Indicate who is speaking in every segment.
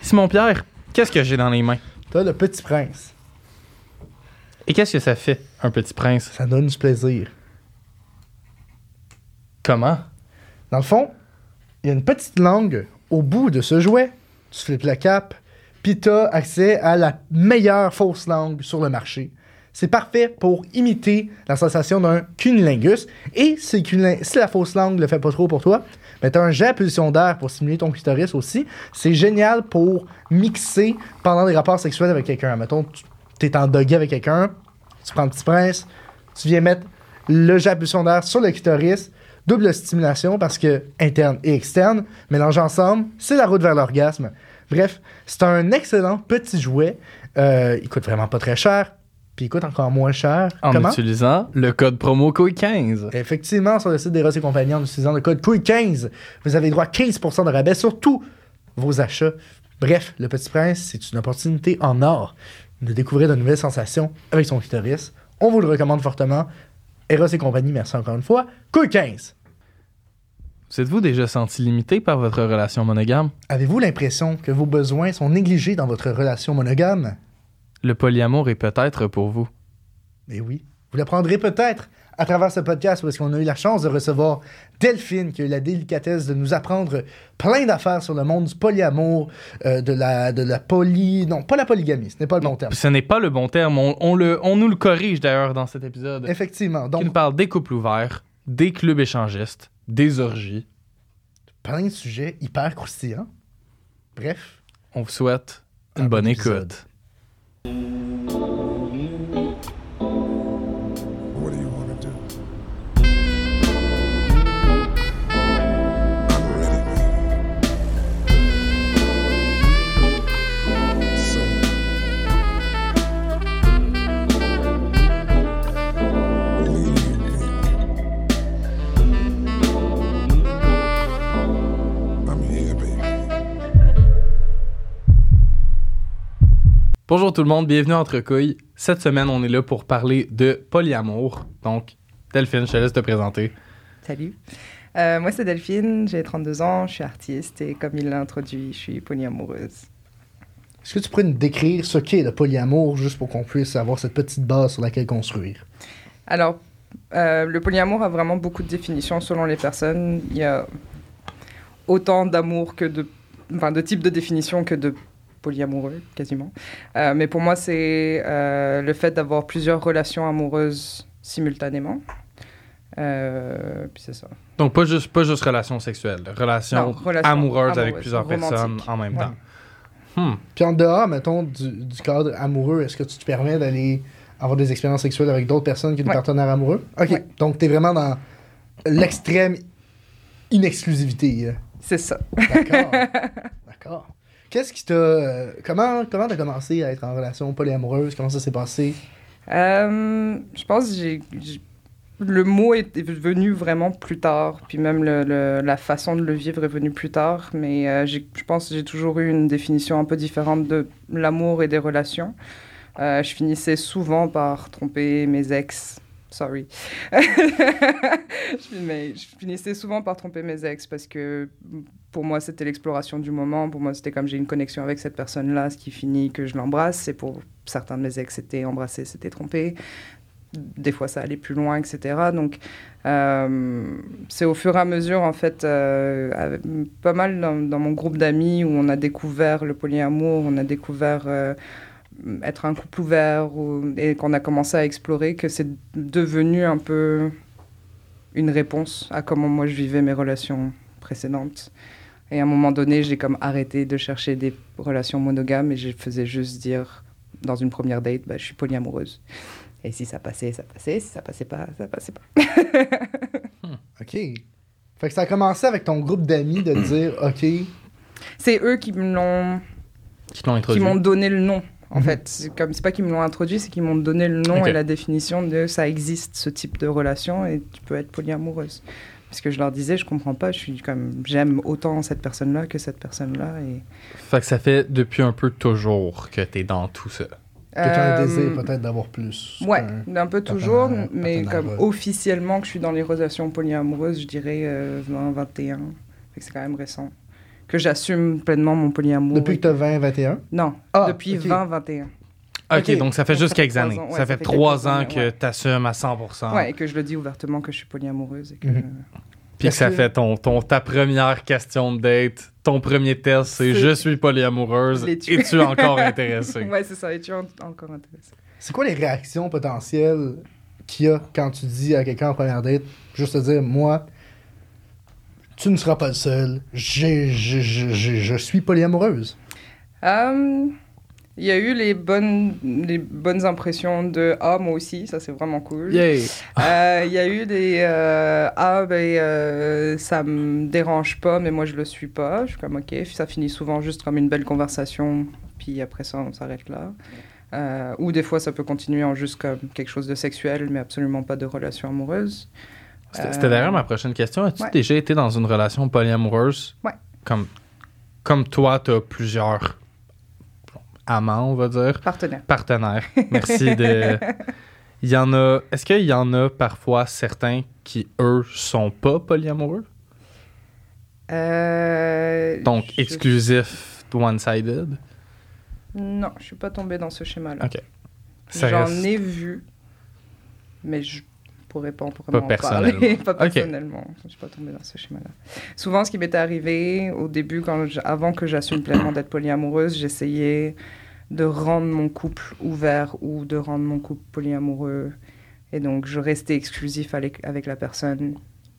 Speaker 1: Simon Pierre, qu'est-ce que j'ai dans les mains?
Speaker 2: T'as le petit prince.
Speaker 1: Et qu'est-ce que ça fait, un petit prince?
Speaker 2: Ça donne du plaisir.
Speaker 1: Comment?
Speaker 2: Dans le fond, il y a une petite langue au bout de ce jouet. Tu flippes la cape, puis t'as accès à la meilleure fausse langue sur le marché. C'est parfait pour imiter la sensation d'un cunilingus. Et si, le cunilin- si la fausse langue le fait pas trop pour toi, ben t'as un jet à pulsion d'air pour simuler ton clitoris aussi. C'est génial pour mixer pendant des rapports sexuels avec quelqu'un. Mettons, tu- t'es en dogué avec quelqu'un, tu prends le petit prince, tu viens mettre le jet à pulsion d'air sur le clitoris, double stimulation parce que interne et externe, mélange ensemble, c'est la route vers l'orgasme. Bref, c'est un excellent petit jouet. Euh, il coûte vraiment pas très cher, puis il coûte encore moins cher.
Speaker 1: En
Speaker 2: Comment?
Speaker 1: utilisant le code promo COI15.
Speaker 2: Effectivement, sur le site des Ross et compagnie, en utilisant le code COUI15, vous avez droit à 15% de rabais sur tous vos achats. Bref, Le Petit Prince, c'est une opportunité en or de découvrir de nouvelles sensations avec son clitoris. On vous le recommande fortement. Eros et compagnie, merci encore une fois. COUI15!
Speaker 1: Vous êtes-vous déjà senti limité par votre relation monogame?
Speaker 2: Avez-vous l'impression que vos besoins sont négligés dans votre relation monogame?
Speaker 1: Le polyamour est peut-être pour vous.
Speaker 2: Eh oui. Vous l'apprendrez peut-être à travers ce podcast parce qu'on a eu la chance de recevoir Delphine qui a eu la délicatesse de nous apprendre plein d'affaires sur le monde du polyamour, euh, de, la, de la poly... Non, pas la polygamie, ce n'est pas le bon terme.
Speaker 1: Ce n'est pas le bon terme. On, on le, on nous le corrige d'ailleurs dans cet épisode.
Speaker 2: Effectivement.
Speaker 1: qui nous
Speaker 2: Donc,
Speaker 1: parle des couples ouverts, des clubs échangistes, des orgies.
Speaker 2: plein de sujets hyper croustillants. Bref.
Speaker 1: On vous souhaite une
Speaker 2: Un
Speaker 1: bonne
Speaker 2: bon épisode.
Speaker 1: écoute.
Speaker 3: What do you want to do? I'm ready, baby. So, lead me. I'm here, baby.
Speaker 1: Bonjour tout le monde, bienvenue à Entre Couilles. Cette semaine, on est là pour parler de polyamour. Donc, Delphine, je te laisse te présenter.
Speaker 4: Salut. Euh, moi, c'est Delphine, j'ai 32 ans, je suis artiste et comme il l'a introduit, je suis polyamoureuse.
Speaker 2: Est-ce que tu pourrais nous décrire ce qu'est le polyamour juste pour qu'on puisse avoir cette petite base sur laquelle construire?
Speaker 4: Alors, euh, le polyamour a vraiment beaucoup de définitions selon les personnes. Il y a autant d'amour que de... Enfin, de types de définitions que de polyamoureux, quasiment. Euh, mais pour moi, c'est euh, le fait d'avoir plusieurs relations amoureuses simultanément. Euh, puis c'est ça.
Speaker 1: Donc, pas juste, pas juste relations sexuelles, relations
Speaker 4: Non, relations
Speaker 1: amoureuses avec
Speaker 4: amoureuses,
Speaker 1: plusieurs personnes
Speaker 4: romantiques.
Speaker 1: en même
Speaker 4: Ouais.
Speaker 1: temps. Hmm.
Speaker 2: Puis en dehors, mettons, du, du cadre amoureux, est-ce que tu te permets d'aller avoir des expériences sexuelles avec d'autres personnes que des
Speaker 4: Ouais.
Speaker 2: partenaires amoureux? OK.
Speaker 4: Ouais.
Speaker 2: Donc, t'es vraiment dans l'extrême inexclusivité. là.
Speaker 4: C'est ça.
Speaker 2: D'accord. D'accord. Qu'est-ce qui t'a... euh, Comment comment t'as commencé à être en relation polyamoureuse? Comment ça s'est passé?
Speaker 4: Euh, je pense que j'ai- j'ai- le mot est est venu vraiment plus tard, puis même le- le- la façon de le vivre est venue plus tard, mais euh, j'ai- je pense que j'ai toujours eu une définition un peu différente de l'amour et des relations. Euh, je finissais souvent par tromper mes ex. Sorry. je, fin- mais je finissais souvent par tromper mes ex parce que pour moi, c'était l'exploration du moment. Pour moi, c'était comme j'ai une connexion avec cette personne-là, ce qui finit que je l'embrasse. Et pour certains de mes ex, c'était embrasser, c'était tromper. Des fois, ça allait plus loin, etc. Donc, euh, c'est au fur et à mesure, en fait, euh, avec- pas mal dans, dans mon groupe d'amis où on a découvert le polyamour, on a découvert euh, être un couple ouvert ou- et qu'on a commencé à explorer que c'est devenu un peu une réponse à comment moi je vivais mes relations précédentes. Et à un moment donné, j'ai comme arrêté de chercher des relations monogames et je faisais juste dire dans une première date, bah, je suis polyamoureuse. Et si ça passait, ça passait. Si ça passait pas, ça passait pas.
Speaker 2: OK. Fait que ça a commencé avec ton groupe d'amis de dire, OK,
Speaker 4: C'est eux qui me l'ont,
Speaker 1: Qui t'ont
Speaker 4: qui
Speaker 1: introduit.
Speaker 4: m'ont donné le nom. En
Speaker 2: Mhm.
Speaker 4: fait, c'est comme c'est pas qu'ils me l'ont introduit, c'est qu'ils m'ont donné le nom
Speaker 1: Ok.
Speaker 4: et la définition de ça existe ce type de relation et tu peux être polyamoureuse. Parce que je leur disais, je comprends pas, je suis comme j'aime autant cette personne-là que cette personne-là et
Speaker 1: Fait que ça fait depuis un peu toujours que t'es dans tout ça.
Speaker 2: que t'as un
Speaker 4: Euh,
Speaker 2: désir peut-être d'avoir plus.
Speaker 4: Ouais,
Speaker 2: qu'un-
Speaker 4: un peu toujours,
Speaker 2: partenaire-
Speaker 4: mais
Speaker 2: partenaire,
Speaker 4: comme
Speaker 2: ouais.
Speaker 4: officiellement que je suis dans les relations polyamoureuses, je dirais euh, 20, 21. Fait que c'est quand même récent. Que que j'assume pleinement mon polyamour.
Speaker 2: Depuis que t'as 20, 21.
Speaker 4: Non,
Speaker 2: Ah,
Speaker 4: depuis
Speaker 2: ok.
Speaker 4: 20-21.
Speaker 1: Ok,
Speaker 2: Ok.
Speaker 1: donc ça fait
Speaker 4: Donc,
Speaker 1: juste
Speaker 4: ça fait
Speaker 1: quelques
Speaker 4: trois
Speaker 1: années.
Speaker 4: ans, ouais,
Speaker 1: ça
Speaker 4: ça
Speaker 1: fait
Speaker 4: fait
Speaker 1: trois
Speaker 4: quelques
Speaker 1: ans
Speaker 4: années,
Speaker 1: que
Speaker 4: ouais.
Speaker 1: t'assumes à 100%.
Speaker 4: Ouais, et que je le dis ouvertement que je suis polyamoureuse. Et que,
Speaker 2: Ah.
Speaker 4: euh,
Speaker 2: Mhm.
Speaker 1: Puis que
Speaker 2: Est-ce
Speaker 1: ça
Speaker 2: que-
Speaker 1: fait ton, ton, ta première question de date, ton premier test, c'est
Speaker 4: C'est-
Speaker 1: je suis polyamoureuse,
Speaker 4: L'es-tu?
Speaker 1: es-tu encore intéressé?
Speaker 4: Ouais, c'est ça. Et tu es en- encore intéressé.
Speaker 2: C'est quoi les réactions potentielles qu'il y a quand tu dis à quelqu'un en première date, juste te dire, moi, tu ne seras pas le seul, j'ai, j'ai- j'ai- j'ai- je suis polyamoureuse.
Speaker 4: Euh, Il y a eu les bonnes, les bonnes impressions de Ah, moi aussi, ça c'est vraiment cool. Euh,
Speaker 1: Yay!
Speaker 4: Il y a eu des euh, Ah, ben euh, ça me dérange pas, mais moi je le suis pas. Je suis comme Ok. Ça finit souvent juste comme une belle conversation, puis après ça on s'arrête là. Euh, ou des fois ça peut continuer en juste comme quelque chose de sexuel, mais absolument pas de relation amoureuse.
Speaker 1: C'était
Speaker 4: Euh,
Speaker 1: c'était d'ailleurs ma prochaine question. As-tu
Speaker 4: ouais.
Speaker 1: déjà été dans une relation polyamoureuse?
Speaker 4: Ouais.
Speaker 1: Comme, comme toi, t'as plusieurs amants, on va dire.
Speaker 4: Partenaire.
Speaker 1: partenaire. Merci de. Il y en a. Est-ce qu'il y en a parfois certains qui, eux, sont pas polyamoureux?
Speaker 4: Euh,
Speaker 1: Donc
Speaker 4: je-
Speaker 1: exclusif, one-sided.
Speaker 4: Non, je suis pas tombée dans ce schéma-là.
Speaker 1: Ok. Ça
Speaker 4: J'en
Speaker 1: reste-
Speaker 4: ai vu, mais je pourrais pas en vraiment en
Speaker 1: personnellement.
Speaker 4: parler. pas
Speaker 1: Ok.
Speaker 4: personnellement. Je suis pas tombée dans ce schéma-là. Souvent, ce qui m'était arrivé au début, quand j- avant que j'assume pleinement d'être polyamoureuse, j'essayais de rendre mon couple ouvert ou de rendre mon couple polyamoureux. Et donc, je restais exclusif avec, avec la personne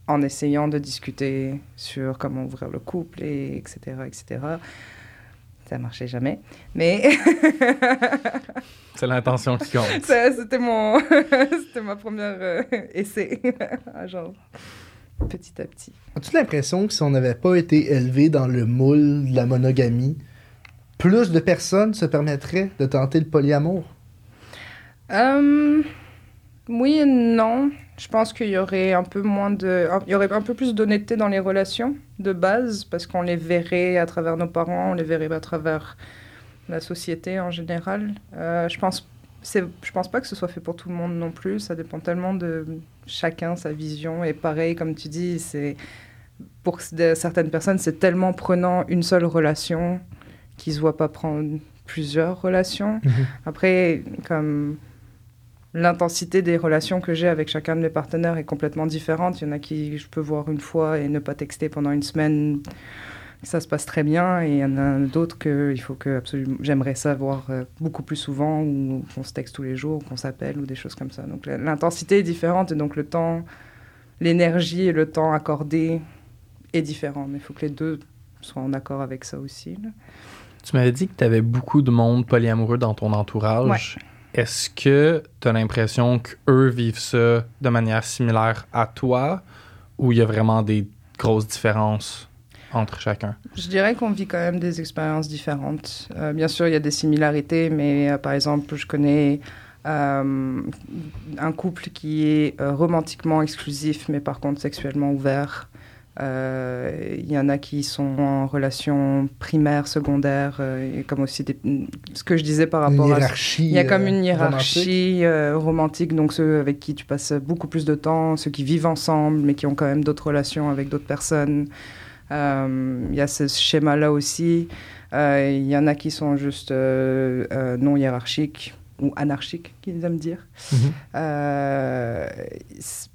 Speaker 4: en essayant de discuter sur comment ouvrir le couple, et etc., etc. Ça marchait jamais. Mais
Speaker 1: C'est l'intention qui compte.
Speaker 4: Ça, c'était mon... c'était ma première euh, essai. Ah, Genre, petit à petit.
Speaker 2: As-tu l'impression que si on n'avait pas été élevé dans le moule de la monogamie, plus de personnes se permettraient de tenter le polyamour?
Speaker 4: Hum, oui et non. Je pense qu'il y aurait un peu moins de... Il y aurait un peu plus d'honnêteté dans les relations de base, parce qu'on les verrait à travers nos parents, on les verrait à travers la société en général. Euh, je pense... c'est- Je pense pas que ce soit fait pour tout le monde non plus. Ça dépend tellement de chacun, sa vision. Et pareil, comme tu dis, c'est... Pour de- certaines personnes, c'est tellement prenant une seule relation qu'ils ne voient pas prendre plusieurs relations.
Speaker 2: Mhm.
Speaker 4: Après, comme l'intensité des relations que j'ai avec chacun de mes partenaires est complètement différente. Il y en a qui je peux voir une fois et ne pas texter pendant une semaine. Ça se passe très bien. Et il y en a d'autres que il faut que absolument. J'aimerais ça voir euh, beaucoup plus souvent ou qu'on se texte tous les jours, ou qu'on s'appelle ou des choses comme ça. Donc la- l'intensité est différente et donc le temps, l'énergie et le temps accordé est différent. Mais il faut que les deux soient en accord avec ça aussi. là.
Speaker 1: Tu m'avais dit que tu avais beaucoup de monde polyamoureux dans ton entourage. Est-ce que tu as l'impression qu'eux vivent ça de manière similaire à toi ou il y a vraiment des grosses différences entre chacun?
Speaker 4: Je dirais qu'on vit quand même des expériences différentes. Euh, bien sûr, il y a des similarités, mais euh, par exemple, je connais euh, un couple qui est euh, romantiquement exclusif, mais par contre sexuellement ouvert. Euh, Il y en a qui sont en relation primaire, secondaire, euh, et comme aussi des- ce que je disais par
Speaker 2: Une
Speaker 4: rapport à
Speaker 2: hiérarchie.
Speaker 4: il y a comme
Speaker 2: euh,
Speaker 4: une
Speaker 2: romantique?
Speaker 4: hiérarchie euh, romantique. donc ceux avec qui tu passes beaucoup plus de temps, ceux qui vivent ensemble, mais qui ont quand même d'autres relations avec d'autres personnes. Euh, Il y a ce schéma-là aussi. Euh, Il y en a qui sont juste euh, euh, non hiérarchiques ou anarchiques, qu'ils aiment dire.
Speaker 2: Mhm.
Speaker 4: Euh, c-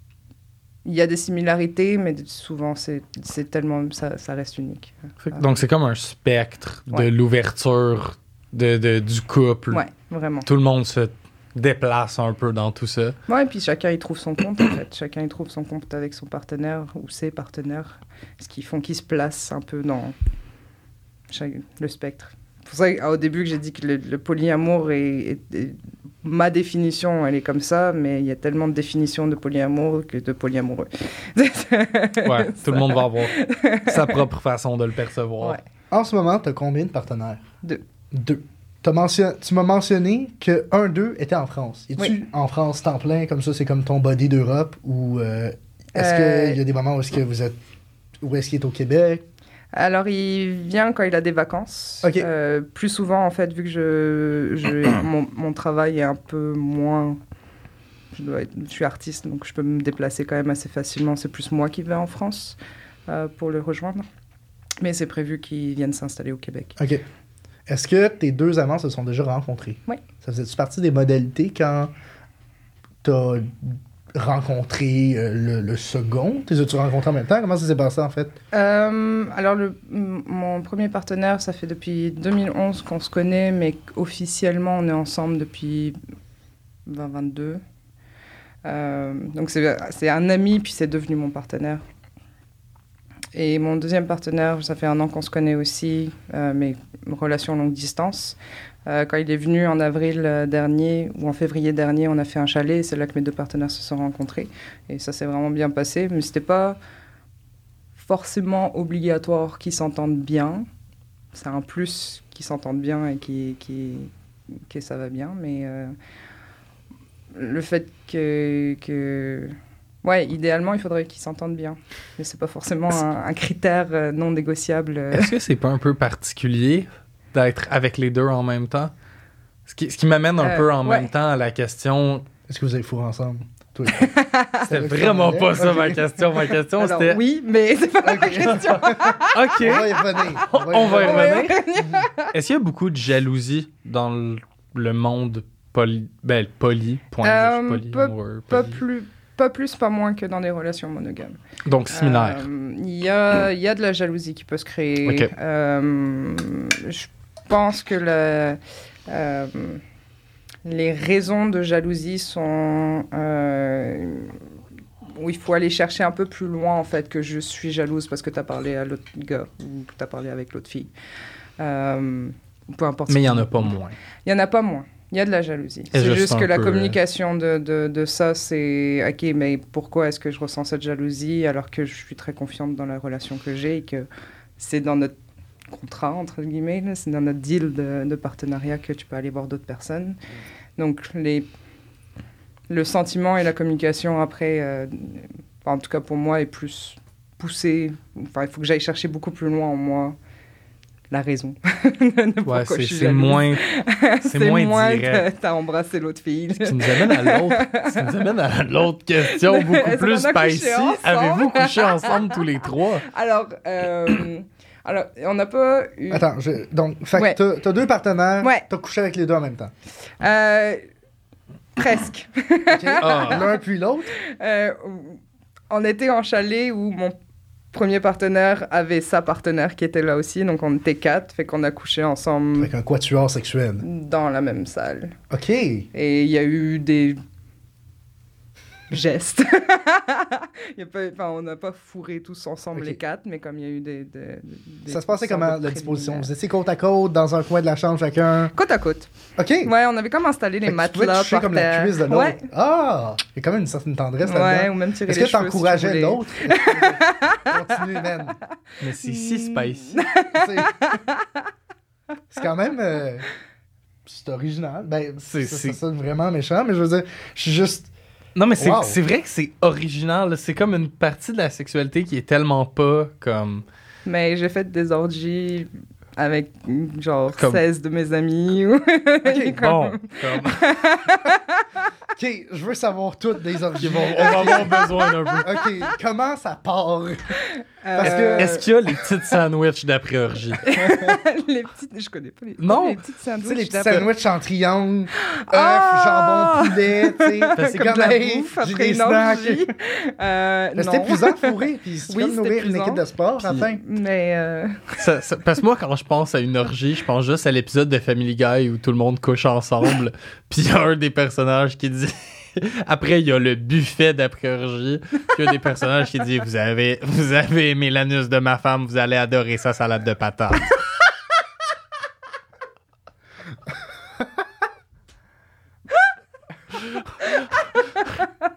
Speaker 4: Il y a des similarités, mais souvent c'est c'est tellement ça, ça reste unique.
Speaker 1: Fait que- Donc, c'est comme un spectre de
Speaker 4: Ouais.
Speaker 1: l'ouverture de, de- du couple.
Speaker 4: Ouais, vraiment.
Speaker 1: Tout le monde se déplace un peu dans tout ça.
Speaker 4: Ouais, et puis chacun y trouve son compte en fait. Chacun y trouve son compte avec son partenaire ou ses partenaires, ce qui font qu'ils se placent un peu dans chaque- le spectre. C'est pour ça qu'au début que j'ai dit que le, le polyamour est, est- est- ma définition, elle est comme ça, mais il y a tellement de définitions de polyamour que de polyamoureux.
Speaker 1: Ouais, tout le monde va avoir sa propre façon de le percevoir.
Speaker 4: Ouais.
Speaker 2: En ce moment, t'as combien de partenaires?
Speaker 4: Deux.
Speaker 2: Deux. T'as mention- Tu m'as mentionné que un d'eux était en France. Es-tu
Speaker 4: Oui.
Speaker 2: en France temps plein, comme ça, c'est comme ton body d'Europe, ou euh, est-ce
Speaker 4: Euh,
Speaker 2: qu'il y a des moments où est-ce que vous êtes... Où est-ce qu'il est au Québec?
Speaker 4: Alors, il vient quand il a des vacances.
Speaker 2: Ok.
Speaker 4: Euh, plus souvent, en fait, vu que je, je- mon, mon travail est un peu moins. Je, dois être- je suis artiste, donc je peux me déplacer quand même assez facilement. C'est plus moi qui vais en France euh, pour le rejoindre. mais c'est prévu qu'ils viennent s'installer au Québec.
Speaker 2: OK. Est-ce que tes deux amants se sont déjà rencontrés?
Speaker 4: Oui.
Speaker 2: Ça faisait-tu partie des modalités quand t'as rencontré euh, le, le second? T'es tu rencontrés en même temps? Comment ça s'est passé, en fait?
Speaker 4: Euh, alors, le, m- mon premier partenaire, ça fait depuis 2011 qu'on se connaît, mais officiellement, on est ensemble depuis 2022. Euh, donc, c'est c'est un ami, puis c'est devenu mon partenaire. Et mon deuxième partenaire, ça fait un an qu'on se connaît aussi, euh, mais relation longue distance. Euh, quand il est venu en avril euh, dernier ou en février dernier, on a fait un chalet. C'est là que mes deux partenaires se sont rencontrés. Et ça s'est vraiment bien passé. Mais c'était pas forcément obligatoire qu'ils s'entendent bien. C'est un plus qu'ils s'entendent bien et qui, qui, que ça va bien. Mais euh, le fait que, que- Ouais, idéalement, il faudrait qu'ils s'entendent bien. Mais c'est pas forcément un, un critère euh, non négociable. euh.
Speaker 1: Est-ce que c'est pas un peu particulier d'être avec les deux en même temps? Ce qui, ce qui m'amène un
Speaker 4: Euh,
Speaker 1: peu en
Speaker 4: ouais.
Speaker 1: même temps à la question.
Speaker 2: Est-ce que vous avez fourré ensemble? Toi.
Speaker 1: C'était vraiment pas ça ma question. Ma question
Speaker 4: Ah, Alors,
Speaker 1: c'était.
Speaker 4: oui, mais c'est pas la question.
Speaker 1: OK.
Speaker 2: On va y revenir.
Speaker 1: On va y
Speaker 4: Ouais,
Speaker 1: revenir.
Speaker 4: ouais.
Speaker 1: Est-ce qu'il y a beaucoup de jalousie dans le- le monde poli, ben, poli, point,
Speaker 4: Euh,
Speaker 1: juste poli,
Speaker 4: pas-
Speaker 1: amoureux,
Speaker 4: pas
Speaker 1: poli.
Speaker 4: plus, pas plus, pas moins que dans des relations monogames.
Speaker 1: Donc similaire.
Speaker 4: Euh, Il y, a, il y a de la jalousie qui peut se créer.
Speaker 1: Ok.
Speaker 4: Euh, je pense que la- euh, les raisons de jalousie sont. euh, où il faut aller chercher un peu plus loin en fait que je suis jalouse parce que tu as parlé à l'autre gars ou que tu as parlé avec l'autre fille. Euh, peu importe.
Speaker 1: mais il
Speaker 4: y
Speaker 1: y en a pas moins.
Speaker 4: il n'y en a pas moins. Il y a de la jalousie.
Speaker 1: Et je
Speaker 4: C'est juste
Speaker 1: sens euh,
Speaker 4: que la
Speaker 1: que-
Speaker 4: communication de, de, de ça, c'est OK, mais pourquoi est-ce que je ressens cette jalousie alors que je suis très confiante dans la relation que j'ai et que c'est dans notre contrat, entre guillemets, là, c'est dans notre deal de, de partenariat que tu peux aller voir d'autres personnes. Donc, les, le sentiment et la communication après, euh, en tout cas pour moi, est plus poussé. Enfin, il faut que j'aille chercher beaucoup plus loin en moi la raison. de pourquoi
Speaker 1: Ouais, c'est
Speaker 4: je suis
Speaker 1: c'est
Speaker 4: jalouse
Speaker 1: moins.
Speaker 4: c'est
Speaker 1: moins
Speaker 4: moins,
Speaker 1: direct.
Speaker 4: que t'as embrassé l'autre fille.
Speaker 1: Ce qui nous amène à l'autre. ce qui nous amène à l'autre question beaucoup
Speaker 4: Est-ce
Speaker 1: plus
Speaker 4: qu'on a couché
Speaker 1: spicy.
Speaker 4: ensemble?
Speaker 1: Avez-vous couché ensemble tous les trois?
Speaker 4: Alors, euh, alors, on n'a pas eu.
Speaker 2: Attends, je- donc, fait que
Speaker 4: Ouais.
Speaker 2: t'as- t'as deux partenaires,
Speaker 4: Ouais.
Speaker 2: t'as couché avec les deux en même temps.
Speaker 4: Euh, presque.
Speaker 2: OK?
Speaker 1: Ah.
Speaker 2: L'un puis l'autre.
Speaker 4: Euh, on était en chalet où mon premier partenaire avait sa partenaire qui était là aussi, donc on était quatre, fait qu'on a couché ensemble
Speaker 2: Avec un quatuor sexuel.
Speaker 4: dans la même salle.
Speaker 2: OK.
Speaker 4: Et il y a eu des gestes. Il y a pas- enfin, on n'a pas fourré tous ensemble
Speaker 2: Ok.
Speaker 4: les quatre, mais comme il y a eu des... des- des-
Speaker 2: Ça se passait
Speaker 4: des sortes
Speaker 2: comment,
Speaker 4: de
Speaker 2: la disposition?
Speaker 4: préliminaires.
Speaker 2: Vous étiez côte à côte, dans un coin de la chambre chacun.
Speaker 4: Côte à côte.
Speaker 2: OK.
Speaker 4: Ouais, on avait comme installé les
Speaker 2: Fait que tu pouvais
Speaker 4: matelas
Speaker 2: toucher
Speaker 4: par
Speaker 2: comme
Speaker 4: terre.
Speaker 2: la cuisse de l'autre.
Speaker 4: ouais.
Speaker 2: Ah! Il y a quand même une certaine tendresse
Speaker 4: ouais,
Speaker 2: là-dedans.
Speaker 4: ou même tirer
Speaker 2: Est-ce
Speaker 4: les
Speaker 2: que
Speaker 4: cheveux si
Speaker 2: t'encourageais
Speaker 4: voulais.
Speaker 2: l'autre? Continue, man.
Speaker 1: Mais c'est si
Speaker 4: Hmm.
Speaker 1: spicy.
Speaker 2: C'est- C'est quand même... euh, C'est original. Ben,
Speaker 1: C'est-
Speaker 2: c'est
Speaker 1: c'est-
Speaker 2: ça sonne vraiment méchant, mais je veux dire, je suis juste...
Speaker 1: Non, mais c'est
Speaker 2: Wow.
Speaker 1: c'est vrai que c'est original. là. C'est comme une partie de la sexualité qui est tellement pas comme.
Speaker 4: Mais j'ai fait des orgies avec genre
Speaker 1: Comme-
Speaker 4: 16 de mes amis. ou- Et comme-
Speaker 1: Bon. comme-
Speaker 2: OK, je veux savoir toutes des orgies.
Speaker 1: qui vont- on va avoir besoin d'un peu.
Speaker 2: OK, comment ça part? Parce que-
Speaker 4: Euh,
Speaker 1: Est-ce qu'il y a les petites sandwichs d'après orgie?
Speaker 4: les petites, je connais pas les,
Speaker 1: Non.
Speaker 4: les petites
Speaker 2: Tu sais,
Speaker 4: sandwichs
Speaker 2: les petits
Speaker 4: d'après-
Speaker 2: sandwichs en triangle, œufs,
Speaker 4: Ah!
Speaker 2: jambon, poulet, tu sais.
Speaker 1: Parce
Speaker 4: comme de la
Speaker 2: hey,
Speaker 4: bouffe
Speaker 2: j'ai
Speaker 4: après
Speaker 2: des
Speaker 4: une
Speaker 2: snacks.
Speaker 4: orgie. Euh,
Speaker 2: Mais
Speaker 4: non.
Speaker 2: c'était épuisant de fourrer, puis c'est
Speaker 4: Oui,
Speaker 2: comme
Speaker 4: c'était
Speaker 2: nourrir une
Speaker 4: épuisant.
Speaker 2: équipe de sport,
Speaker 1: Puis-
Speaker 2: enfin.
Speaker 4: Mais euh,
Speaker 1: Ça- ça- parce que moi, quand je pense à une orgie, je pense juste à l'épisode de Family Guy où tout le monde couche ensemble. Puis il y a un des personnages qui dit. Après, il y a le buffet d'après-orgie. Puis il y a des personnages qui disent Vous avez, vous avez aimé l'anus de ma femme, vous allez adorer sa salade de patates.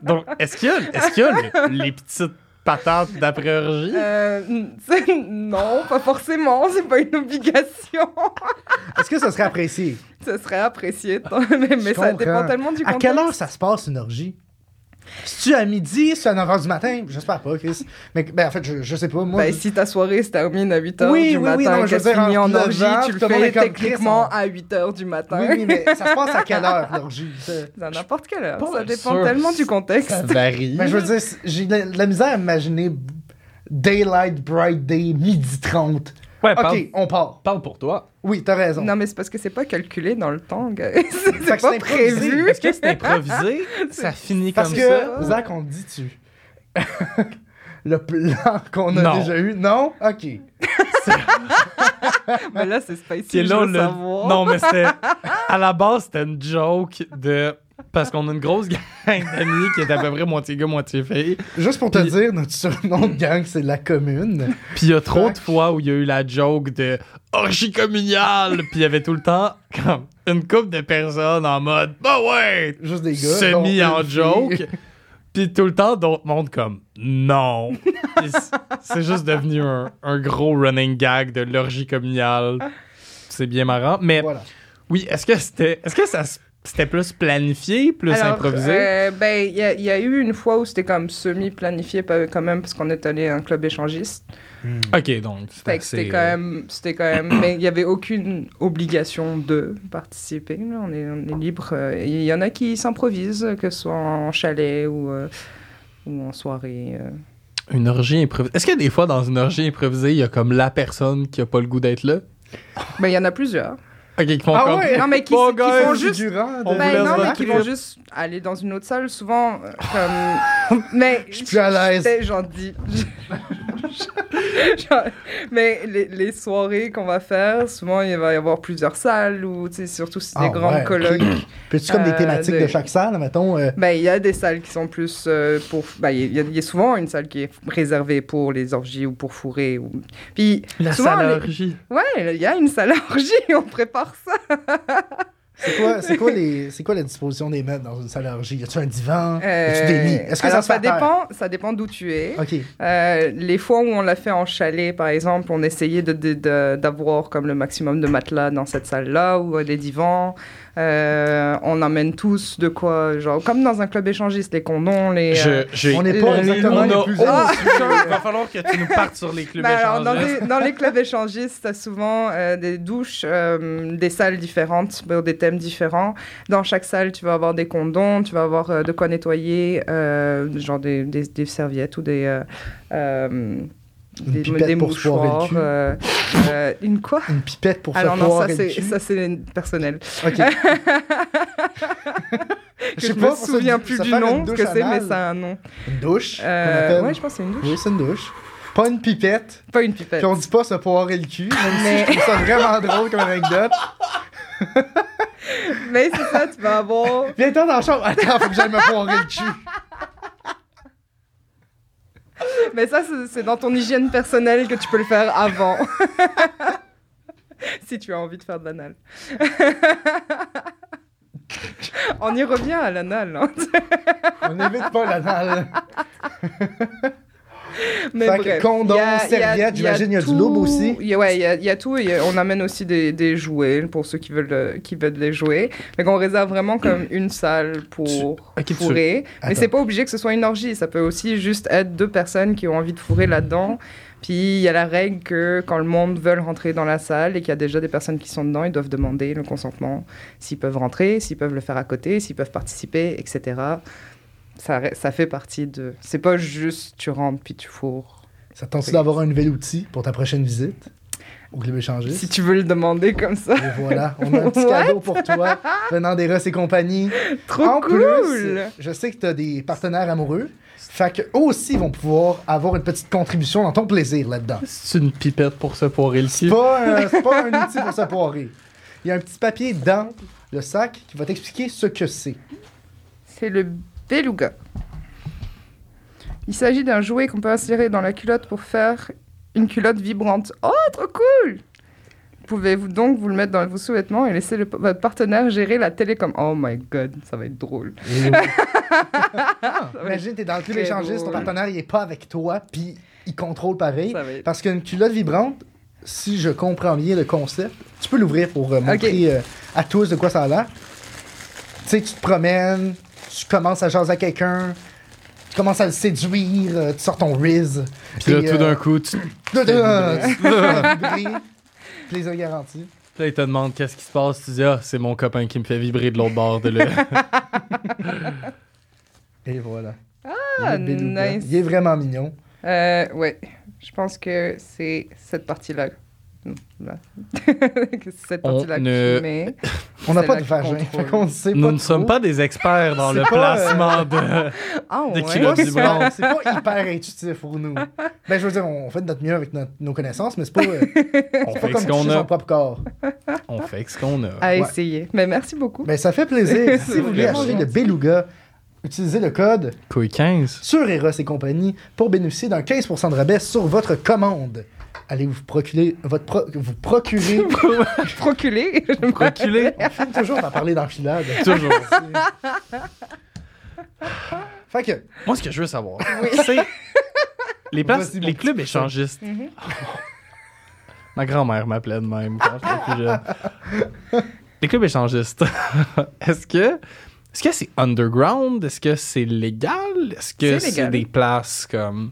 Speaker 1: Donc, est-ce qu'il y a, est-ce qu'il y a le- les petites patates d'après-orgie
Speaker 4: euh, c'est- non, pas forcément, c'est pas une obligation.
Speaker 2: Est-ce que ça serait apprécié?
Speaker 4: Ce serait apprécié, tant- mais, mais ça
Speaker 2: comprends.
Speaker 4: dépend tellement du
Speaker 2: À
Speaker 4: contexte.
Speaker 2: quelle heure ça se passe une orgie? Si tu à midi, si tu à 9h du matin, j'espère pas, Chris. Mais ben, en fait, je, je sais pas. Moi,
Speaker 4: Ben,
Speaker 2: je-
Speaker 4: si ta soirée se termine à 8h
Speaker 2: Oui,
Speaker 4: du
Speaker 2: oui,
Speaker 4: matin
Speaker 2: oui, non, mais
Speaker 4: et
Speaker 2: je
Speaker 4: qu'elle
Speaker 2: veux dire,
Speaker 4: finit
Speaker 2: en
Speaker 4: en
Speaker 2: levant,
Speaker 4: orgie, tu
Speaker 2: tout
Speaker 4: le
Speaker 2: le monde
Speaker 4: fais
Speaker 2: est comme
Speaker 4: techniquement
Speaker 2: Chris,
Speaker 4: à 8h du matin.
Speaker 2: oui, oui, mais ça se passe à quelle heure l'orgie? C'est-
Speaker 4: À n'importe quelle heure.
Speaker 2: bah,
Speaker 1: Pas
Speaker 4: Ça dépend
Speaker 1: sûr.
Speaker 4: tellement du contexte.
Speaker 1: Ça varie.
Speaker 2: Ben, je veux dire, c'est- j'ai de la, de la misère à imaginer daylight, bright day, midi 30.
Speaker 1: Ouais,
Speaker 2: Ok,
Speaker 1: parle,
Speaker 2: on part.
Speaker 1: parle pour toi.
Speaker 2: Oui, t'as raison.
Speaker 4: Non, mais c'est parce que c'est pas calculé dans le temps, guys. c'est
Speaker 2: Fait
Speaker 4: pas
Speaker 2: que c'est improvisé.
Speaker 4: prévu.
Speaker 1: Est-ce que c'est improvisé? ça finit
Speaker 2: Parce
Speaker 1: comme
Speaker 2: que,
Speaker 1: ça?
Speaker 2: Zach, on le dit tu. le plan qu'on a
Speaker 1: Non.
Speaker 2: déjà eu. Non? Ok.
Speaker 4: mais Bah, là, c'est spicy.
Speaker 1: Puis
Speaker 4: je
Speaker 1: là, on
Speaker 4: veux
Speaker 1: l'a-
Speaker 4: savoir.
Speaker 1: Non, mais c'était. À la base, c'était une joke de. Parce qu'on a une grosse gang d'amis qui est à peu près moitié gars, moitié fille.
Speaker 2: Juste pour te
Speaker 1: Puis-
Speaker 2: dire, notre surnom de gang, c'est la commune.
Speaker 1: Puis il y a trop de fois où il y a eu la joke de orgie communale. Puis il y avait tout le temps comme une couple de personnes en mode Bah ouais,
Speaker 2: Juste des gars.
Speaker 1: semi
Speaker 2: dont
Speaker 1: en
Speaker 2: une
Speaker 1: joke.
Speaker 2: fille.
Speaker 1: Puis tout le temps, d'autres mondes comme non. Puis c- c'est juste devenu un, un gros running gag de l'orgie communale. C'est bien marrant. Mais
Speaker 2: Voilà.
Speaker 1: oui, est-ce que c'était. Est-ce que ça s- c'était plus planifié, plus
Speaker 4: Alors,
Speaker 1: improvisé?
Speaker 4: euh, ben, il y, a- il y a eu une fois où c'était comme semi-planifié pas- quand même parce qu'on est allé à un club échangiste.
Speaker 1: Ok, donc c'était
Speaker 4: Fait que c'était
Speaker 1: assez,
Speaker 4: quand même, c'était quand même, mais il n'y avait aucune obligation de participer. là. On est, on est libre. euh, et Il y en a qui s'improvisent, que ce soit en chalet ou, euh, ou en soirée. euh.
Speaker 1: euh, Une orgie improvisée. Est-ce que des fois, dans une orgie improvisée, il y a comme la personne qui a pas le goût d'être là?
Speaker 4: Ben, il y en a plusieurs.
Speaker 1: Ok, qui font
Speaker 2: Ah
Speaker 1: comme.
Speaker 2: ouais?
Speaker 4: Non, mais qui,
Speaker 1: Bon,
Speaker 4: qui
Speaker 1: guys,
Speaker 4: font juste
Speaker 2: Figurant de-
Speaker 1: On
Speaker 4: Ben
Speaker 1: vous
Speaker 4: non,
Speaker 1: laisse
Speaker 4: mais
Speaker 1: votre
Speaker 4: qui
Speaker 1: trip.
Speaker 4: vont juste aller dans une autre salle, souvent euh, comme. mais.
Speaker 2: Je suis plus à l'aise.
Speaker 4: j'étais gentille. Genre, mais les, les soirées qu'on va faire, souvent il va y avoir plusieurs salles ou tu sais, surtout si c'est des
Speaker 2: Ah,
Speaker 4: grandes
Speaker 2: ouais,
Speaker 4: colloques.
Speaker 2: ok. Puis-tu comme des
Speaker 4: Euh,
Speaker 2: thématiques de
Speaker 4: de-
Speaker 2: chaque salle, mettons? euh,
Speaker 4: Ben il y a des salles qui sont plus euh, pour. Ben il y, a- il y a souvent une salle qui est réservée pour les orgies ou pour fourrer. Ou... Puis
Speaker 1: La
Speaker 4: souvent,
Speaker 1: salle
Speaker 4: les-
Speaker 1: à orgie.
Speaker 4: ouais, il y a une salle à orgie, on prépare ça.
Speaker 2: C'est quoi, c'est quoi les, c'est quoi la disposition des meubles dans une salle d'orgie? Y a-tu un divan? Y a-tu des
Speaker 4: Euh,
Speaker 2: lits? Est-ce que
Speaker 4: alors,
Speaker 2: ça se fait à terre?
Speaker 4: dépend, ça dépend d'où tu es.
Speaker 2: Ok.
Speaker 4: Euh, les fois où on l'a fait en chalet, par exemple, on essayait de- de- de- d'avoir comme le maximum de matelas dans cette salle-là ou euh, des divans. Euh, on emmène tous de quoi, genre comme dans un club échangiste, les condoms, les. euh,
Speaker 1: Je- j'ai-
Speaker 2: On n'est pas
Speaker 4: on
Speaker 2: exactement
Speaker 1: on
Speaker 2: les
Speaker 1: a
Speaker 2: plus
Speaker 4: Ah!
Speaker 1: aucun-
Speaker 2: hauts.
Speaker 1: Il va falloir que tu nous partes sur les clubs
Speaker 4: Ben alors, dans,
Speaker 1: échangés.
Speaker 4: les, dans les clubs échangistes, t'as souvent euh, des douches, euh, des salles différentes, pour des thèmes différents. Dans chaque salle, tu vas avoir des condoms, tu vas avoir euh, de quoi nettoyer, euh, genre des, des- des serviettes ou des... euh, euh, des,
Speaker 2: pipette
Speaker 4: des
Speaker 2: pour se poirer le
Speaker 4: mouchoirs,
Speaker 2: cul.
Speaker 4: euh, euh, une quoi
Speaker 2: Une pipette pour
Speaker 4: Alors
Speaker 2: faire
Speaker 4: non,
Speaker 2: poire
Speaker 4: ça
Speaker 2: et le cul.
Speaker 4: c'est ça c'est personnel.
Speaker 2: Ok.
Speaker 4: Que je
Speaker 2: sais
Speaker 4: me
Speaker 2: pas, pour se-
Speaker 4: souviens plus
Speaker 2: se
Speaker 4: du
Speaker 2: faire
Speaker 4: nom
Speaker 2: une
Speaker 4: ce
Speaker 2: douche
Speaker 4: que c'est, mais
Speaker 2: anale.
Speaker 4: ça a un nom.
Speaker 2: Une douche. qu'on
Speaker 4: Euh,
Speaker 2: appelle.
Speaker 4: ouais, je pense que c'est une douche,
Speaker 2: Oui, c'est une douche. Pas une pipette.
Speaker 4: pas une pipette.
Speaker 2: Puis on dit pas se poirer le cul, même
Speaker 4: Mais-
Speaker 2: si je trouve ça vraiment drôle comme anecdote.
Speaker 4: Mais c'est ça, tu vas avoir.
Speaker 2: Viens-t'en dans la chambre. Attends, faut que j'aille me poirer le cul.
Speaker 4: Mais ça c'est- c'est dans ton hygiène personnelle que tu peux le faire avant. si tu as envie de faire de l'anal. on y revient à l'anal. hein.
Speaker 2: On évite pas l'anal.
Speaker 4: Mais
Speaker 2: Fait que
Speaker 4: bref,
Speaker 2: condom,
Speaker 4: il y a- il y a-
Speaker 2: serviette, j'imagine, il y a du lube
Speaker 4: tout.
Speaker 2: aussi.
Speaker 4: Il y a- ouais, il y a, il y a tout. Il y a- on amène aussi des, des jouets pour ceux qui veulent, euh, qui veulent les jouer. Mais qu'on réserve vraiment comme une salle pour
Speaker 1: Ok, tu-
Speaker 4: fourrer. Mais
Speaker 2: Attends.
Speaker 4: c'est pas obligé que ce soit une orgie. Ça peut aussi juste être deux personnes qui ont envie de fourrer là-dedans. Puis il y a la règle que quand le monde veut rentrer dans la salle et qu'il y a déjà des personnes qui sont dedans, ils doivent demander le consentement s'ils peuvent rentrer, s'ils peuvent le faire à côté, s'ils peuvent participer, etc. Ça, re- ça fait partie de. C'est pas juste tu rentres puis tu fourres.
Speaker 2: Ça te tente-tu d'avoir un nouvel outil pour ta prochaine visite? Au club échangiste?
Speaker 4: Si tu veux le demander comme ça.
Speaker 2: Et voilà, on a un petit
Speaker 4: What?
Speaker 2: cadeau pour toi venant des Ross et compagnie.
Speaker 4: Trop
Speaker 2: en
Speaker 4: cool!
Speaker 2: plus, je sais que tu as des partenaires amoureux. Fait que eux aussi vont pouvoir avoir une petite contribution dans ton plaisir là-dedans.
Speaker 1: C'est une pipette pour se poirer le
Speaker 2: C'est
Speaker 1: cul.
Speaker 2: pas, un- c'est pas un outil pour se poirer. Il y a un petit papier dans le sac qui va t'expliquer ce que c'est.
Speaker 4: C'est le beluga. Il s'agit d'un jouet qu'on peut insérer dans la culotte pour faire une culotte vibrante. Oh, trop cool Pouvez-vous donc vous le mettre dans vos sous-vêtements et laisser le- votre partenaire gérer la télécom Oh my god, ça va être drôle. va
Speaker 2: Ah. Imagine, t'es dans le club
Speaker 4: très
Speaker 2: échangiste, ton
Speaker 4: drôle.
Speaker 2: partenaire il est pas avec toi, puis il contrôle pareil.
Speaker 4: Ça va être-
Speaker 2: Parce qu'une culotte vibrante, si je comprends bien le concept, tu peux l'ouvrir pour euh, montrer euh, à tous de quoi ça a l'air. Tu sais, tu te promènes, tu commences à jaser à quelqu'un, tu commences à le séduire, euh, tu sors ton Riz. euh,
Speaker 1: Puis là, tout d'un coup, tu...
Speaker 2: coup, plaisir garanti.
Speaker 1: là, il te demande qu'est-ce qui se passe. Tu dis, ah, c'est mon copain qui me fait vibrer de l'autre bord de le.
Speaker 2: Et voilà.
Speaker 4: Ah,
Speaker 2: Le beluga.
Speaker 4: nice.
Speaker 2: Il est vraiment mignon.
Speaker 4: Euh, ouais. Je pense que c'est cette partie-là. Hmm, là. Que c'est cette
Speaker 1: On
Speaker 4: partie-là qui
Speaker 1: ne-
Speaker 4: met.
Speaker 2: On n'a
Speaker 4: C'est
Speaker 2: pas
Speaker 4: là
Speaker 2: de
Speaker 4: qu'il
Speaker 2: vagin.
Speaker 4: contrôle.
Speaker 2: Fait qu'on sait
Speaker 1: Nous
Speaker 2: pas
Speaker 1: ne
Speaker 2: trop.
Speaker 1: sommes pas des experts dans
Speaker 2: C'est
Speaker 1: le
Speaker 2: pas, euh,
Speaker 1: placement de.
Speaker 4: Ah
Speaker 1: Des
Speaker 2: C'est
Speaker 1: kilos.
Speaker 4: ouais.
Speaker 1: Philosophe
Speaker 2: pas,
Speaker 1: du
Speaker 2: super-
Speaker 1: monde.
Speaker 2: c'est pas hyper intuitif pour nous. Ben, je veux dire, on fait de notre mieux avec notre- nos connaissances, mais c'est pas,
Speaker 1: On
Speaker 2: euh, c'est
Speaker 1: fait
Speaker 2: pas
Speaker 1: avec
Speaker 2: comme
Speaker 1: ce
Speaker 2: toucher
Speaker 1: qu'on
Speaker 2: son
Speaker 1: a.
Speaker 2: propre corps.
Speaker 1: On fait avec ce qu'on a.
Speaker 4: À
Speaker 2: Ouais.
Speaker 4: essayer. Mais merci beaucoup.
Speaker 2: Ben, ça fait plaisir. si vous voulez
Speaker 1: vraiment
Speaker 2: acheter le Beluga, utilisez le code
Speaker 1: Couille 15.
Speaker 2: sur Eros et compagnie pour bénéficier d'un 15% de rabais sur votre commande. Allez vous procurer votre pro- vous procurer
Speaker 4: Proculé.
Speaker 1: Reculé.
Speaker 2: on finit toujours par parler d'enfilade.
Speaker 1: Toujours.
Speaker 2: Fait que
Speaker 1: Moi, ce que je veux savoir, c'est les, places,
Speaker 2: Vas-y, mon
Speaker 1: les
Speaker 2: petit
Speaker 1: clubs
Speaker 2: cochon.
Speaker 1: échangistes.
Speaker 4: Mhm.
Speaker 1: Ma grand-mère m'appelait de même quand j'étais plus jeune. Les clubs échangistes. Est-ce que est-ce que c'est underground? Est-ce que c'est légal? Est-ce que
Speaker 4: C'est
Speaker 1: c'est
Speaker 4: légal.
Speaker 1: des places comme.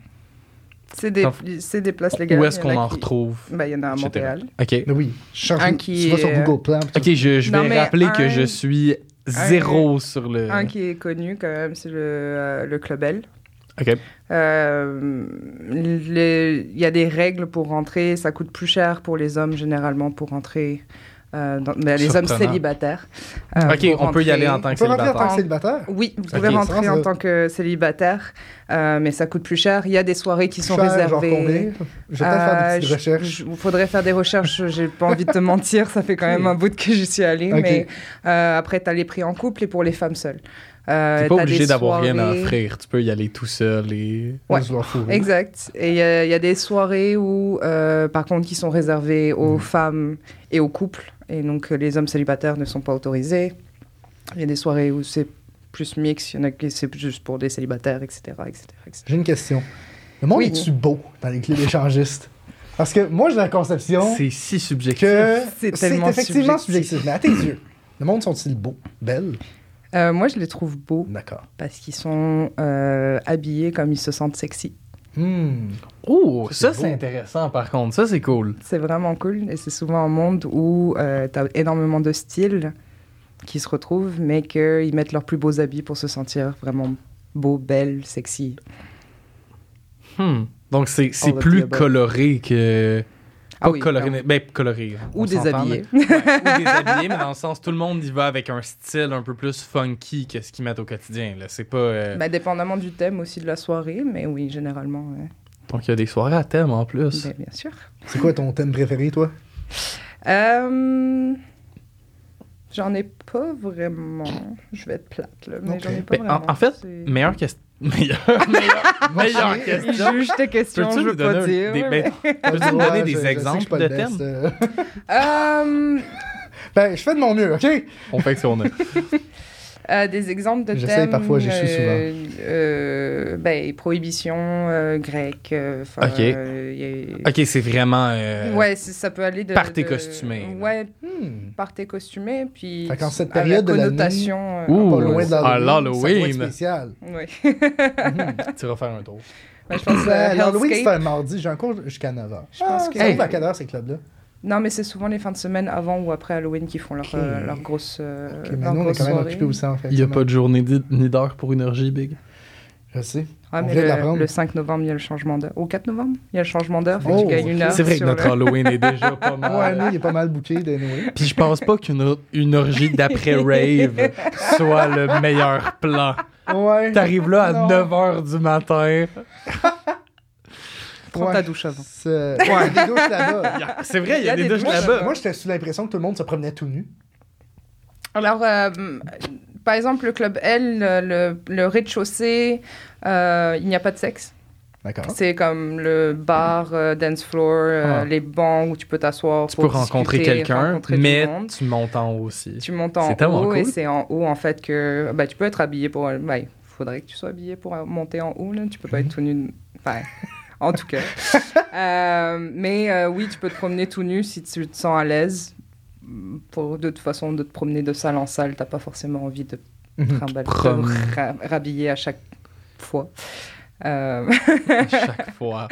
Speaker 4: C'est des,
Speaker 1: Enfin,
Speaker 4: c'est des places légales.
Speaker 1: Où est-ce
Speaker 4: Il y
Speaker 1: qu'on
Speaker 4: a
Speaker 1: en
Speaker 4: qui-
Speaker 1: retrouve?
Speaker 4: Ben, il y en a à
Speaker 1: etc.
Speaker 4: Montréal.
Speaker 1: OK.
Speaker 2: oui, change,
Speaker 4: Un qui
Speaker 2: tu vas sur
Speaker 4: est-
Speaker 2: Google Plan. puis tu-
Speaker 1: OK, je, je
Speaker 4: Non,
Speaker 1: vais
Speaker 4: mais
Speaker 1: rappeler
Speaker 4: un-
Speaker 1: que je suis zéro sur le.
Speaker 4: Un qui est connu quand même, c'est le, euh, le Club L.
Speaker 1: OK.
Speaker 4: Euh, les- Il y a des règles pour rentrer. Ça coûte plus cher pour les hommes généralement pour rentrer. euh, dans- mais les hommes
Speaker 1: Surprenant.
Speaker 4: célibataires. euh,
Speaker 1: OK, on peut y aller en tant
Speaker 2: On
Speaker 1: que
Speaker 2: peut rentrer en tant
Speaker 1: célibataire.
Speaker 2: que célibataire.
Speaker 4: Oui, vous
Speaker 1: Ok.
Speaker 4: pouvez
Speaker 2: Ça,
Speaker 4: rentrer
Speaker 2: ça-
Speaker 4: en tant que célibataire, euh, mais ça coûte plus cher. Il y a des soirées qui sont Euh,
Speaker 2: Cher, genre
Speaker 4: réservées.
Speaker 2: combien? Je vais peut-être faire des petites recherches.
Speaker 4: Il faudrait faire des recherches, j'ai pas envie de te mentir, ça fait quand même un bout que j'y suis allée.
Speaker 2: Ok.
Speaker 4: Mais euh, après, t'as les prix en couple et pour les femmes seules. Euh,
Speaker 1: T'es pas
Speaker 4: t'as
Speaker 1: obligé
Speaker 4: des
Speaker 1: d'avoir rien à
Speaker 4: soirées-
Speaker 1: offrir. Tu peux y aller tout seul et.
Speaker 4: Ouais.
Speaker 2: Je dois fourrer.
Speaker 4: Exact. Et il y, a- il y a des soirées où, euh, par contre, qui sont réservées aux
Speaker 2: Mm.
Speaker 4: femmes et aux couples. Et donc, euh, les hommes célibataires ne sont pas autorisés. Il y a des soirées où c'est plus mix, il y en a qui c'est juste pour des célibataires, etc. etc., etc.
Speaker 2: J'ai une question. Le monde
Speaker 4: Oui.
Speaker 2: est-tu beau dans les clubs échangistes? Parce que moi, j'ai la conception
Speaker 1: C'est si subjectif.
Speaker 2: que
Speaker 4: C'est
Speaker 2: c'est
Speaker 4: tellement
Speaker 2: effectivement
Speaker 4: subjectif.
Speaker 2: subjectif. Mais à tes yeux, le monde sont-ils beaux, belles?
Speaker 4: Euh, moi, je les trouve beaux
Speaker 2: D'accord.
Speaker 4: parce qu'ils sont euh, habillés comme ils se sentent sexy.
Speaker 2: Hmm.
Speaker 1: Oh, ça
Speaker 2: C'est
Speaker 1: c'est
Speaker 2: beau.
Speaker 1: intéressant par contre. Ça c'est cool.
Speaker 4: C'est vraiment cool et c'est souvent un monde où euh, t'as énormément de styles qui se retrouvent, mais qu'ils mettent leurs plus beaux habits pour se sentir vraiment beau, belle, sexy.
Speaker 1: Hmm. Donc c'est c'est
Speaker 2: Oh,
Speaker 4: the
Speaker 1: plus
Speaker 4: above.
Speaker 1: coloré que.
Speaker 4: Ah
Speaker 1: pas
Speaker 4: oui,
Speaker 1: coloré,
Speaker 4: non.
Speaker 1: mais ben, coloré. on
Speaker 4: Ou
Speaker 1: s'entend,
Speaker 4: déshabillés.
Speaker 1: hein, mais- Ouais, ou déshabillé, mais dans le sens, tout le monde y va avec un style un peu plus funky que ce qu'ils mettent au quotidien. Là. C'est pas. euh,
Speaker 4: Bah, dépendamment du thème aussi de la soirée, mais oui, généralement. ouais.
Speaker 1: Donc il y a des soirées à thème en plus.
Speaker 4: Ben, bien sûr.
Speaker 2: C'est quoi ton thème préféré, toi?
Speaker 4: Euh, J'en ai pas vraiment. Je vais être plate, là, mais
Speaker 2: Ok.
Speaker 4: j'en ai pas
Speaker 1: Ben, en-
Speaker 4: vraiment.
Speaker 1: en fait,
Speaker 4: C'est-
Speaker 1: Meilleure question. Meilleure, meilleure,
Speaker 2: Moi,
Speaker 1: meilleure
Speaker 2: je-
Speaker 4: Il
Speaker 1: question.
Speaker 4: juge tes questions, je
Speaker 1: Peux-tu
Speaker 4: veux
Speaker 1: nous
Speaker 4: pas
Speaker 1: donner
Speaker 4: dire.
Speaker 1: un- des, ben,
Speaker 2: Ouais,
Speaker 1: peux-tu nous donner des
Speaker 2: je- je sais que je suis
Speaker 1: exemples
Speaker 2: pas
Speaker 1: de
Speaker 2: le
Speaker 1: thèmes?
Speaker 2: best, euh.
Speaker 4: Euh,
Speaker 2: Ben, je fais de mon mieux, OK?
Speaker 1: On fait que ça, on a.
Speaker 4: Euh, des exemples de
Speaker 2: J'essaye
Speaker 4: thèmes,
Speaker 2: parfois, j'échoue
Speaker 4: euh, euh, ben, prohibition euh, grecque. euh, 'fin,
Speaker 1: Ok.
Speaker 4: euh, y a-
Speaker 1: Ok, c'est vraiment. euh,
Speaker 4: Ouais, c'est- ça peut aller de.
Speaker 1: Partez
Speaker 4: de-
Speaker 1: costumé, là.
Speaker 4: Ouais,
Speaker 2: Hmm.
Speaker 4: partez costumé, puis.
Speaker 2: Fait qu'en cette
Speaker 4: à la
Speaker 2: période de l'année-
Speaker 4: connotation. euh,
Speaker 1: Ouh,
Speaker 2: Pas loin de
Speaker 1: à
Speaker 2: l'Halloween. ça doit être
Speaker 1: l'Halloween.
Speaker 2: spécial. Hmm.
Speaker 4: ouais.
Speaker 1: Tu vas faire un tour.
Speaker 4: Ben, je pense que
Speaker 2: Ben, L'Halloween, c'est
Speaker 4: Hellscape-
Speaker 2: un mardi. J'ai un cours jusqu'à Ah, 9h.
Speaker 4: Je pense que-
Speaker 2: Ça ouvre à quelle heure, ces clubs-là?
Speaker 4: Non, mais c'est souvent les fins de semaine avant ou après Halloween qui font leur,
Speaker 2: Ok.
Speaker 4: euh, leur grosse. euh,
Speaker 2: Ok, mais
Speaker 4: leur
Speaker 2: nous, on est
Speaker 4: grosse
Speaker 2: quand même
Speaker 4: soirée.
Speaker 2: occupés aussi, en fait.
Speaker 1: Il n'y a pas de journée d'i- ni d'heure pour une orgie, Big.
Speaker 2: Je sais.
Speaker 4: Ouais,
Speaker 2: On
Speaker 4: Ah, mais
Speaker 2: vient de
Speaker 4: le,
Speaker 2: l'apprendre.
Speaker 4: le 5 novembre, il y a le changement d'heure. Au 4 novembre, il y a le changement d'heure. fait que
Speaker 2: Oh,
Speaker 4: tu gagnes une heure.
Speaker 1: C'est vrai que
Speaker 4: sur
Speaker 1: notre
Speaker 4: le-
Speaker 1: Halloween est déjà pas mal.
Speaker 2: Ouais, lui, il est pas mal bouqué, d'anyway.
Speaker 1: Puis je pense pas qu'une or- une orgie d'après rave soit le meilleur plan.
Speaker 2: Ouais.
Speaker 1: T'arrives là à
Speaker 2: Non.
Speaker 1: 9h du matin.
Speaker 4: Prends
Speaker 2: Ouais.
Speaker 4: ta douche avant.
Speaker 2: C'est- Ouais, il y a des douches là-bas.
Speaker 1: C'est vrai, il y a des douches
Speaker 2: Moi, je-
Speaker 1: là-bas.
Speaker 2: Moi, j'étais sous l'impression que tout le monde se promenait tout nu.
Speaker 4: Alors, euh, par exemple, le club L, le, le rez-de-chaussée, euh, il n'y a pas de sexe.
Speaker 2: D'accord.
Speaker 4: C'est comme le bar, euh, dance floor, euh,
Speaker 1: Ah.
Speaker 4: les bancs où tu peux t'asseoir.
Speaker 1: Tu peux
Speaker 4: pour
Speaker 1: rencontrer
Speaker 4: discuter,
Speaker 1: quelqu'un,
Speaker 4: rencontrer tout le
Speaker 1: mais
Speaker 4: monde.
Speaker 1: tu montes en haut aussi.
Speaker 4: Tu montes en
Speaker 1: C'est tellement
Speaker 4: haut et
Speaker 1: cool.
Speaker 4: c'est en haut en fait que bah, tu peux être habillé pour. bah, Il faudrait que tu sois habillé pour euh, monter en haut. Là. Tu peux pas
Speaker 2: Mhm.
Speaker 4: être tout nu. Enfin, en tout cas. Euh, mais euh, oui, tu peux te promener tout nu si tu te sens à l'aise. Pour de toute façon, de te promener de salle en salle, t'as pas forcément envie de
Speaker 2: Mhm,
Speaker 4: te trimballer- de
Speaker 1: Prom-
Speaker 4: te ra- rhabiller à chaque fois. Euh,
Speaker 1: à chaque fois.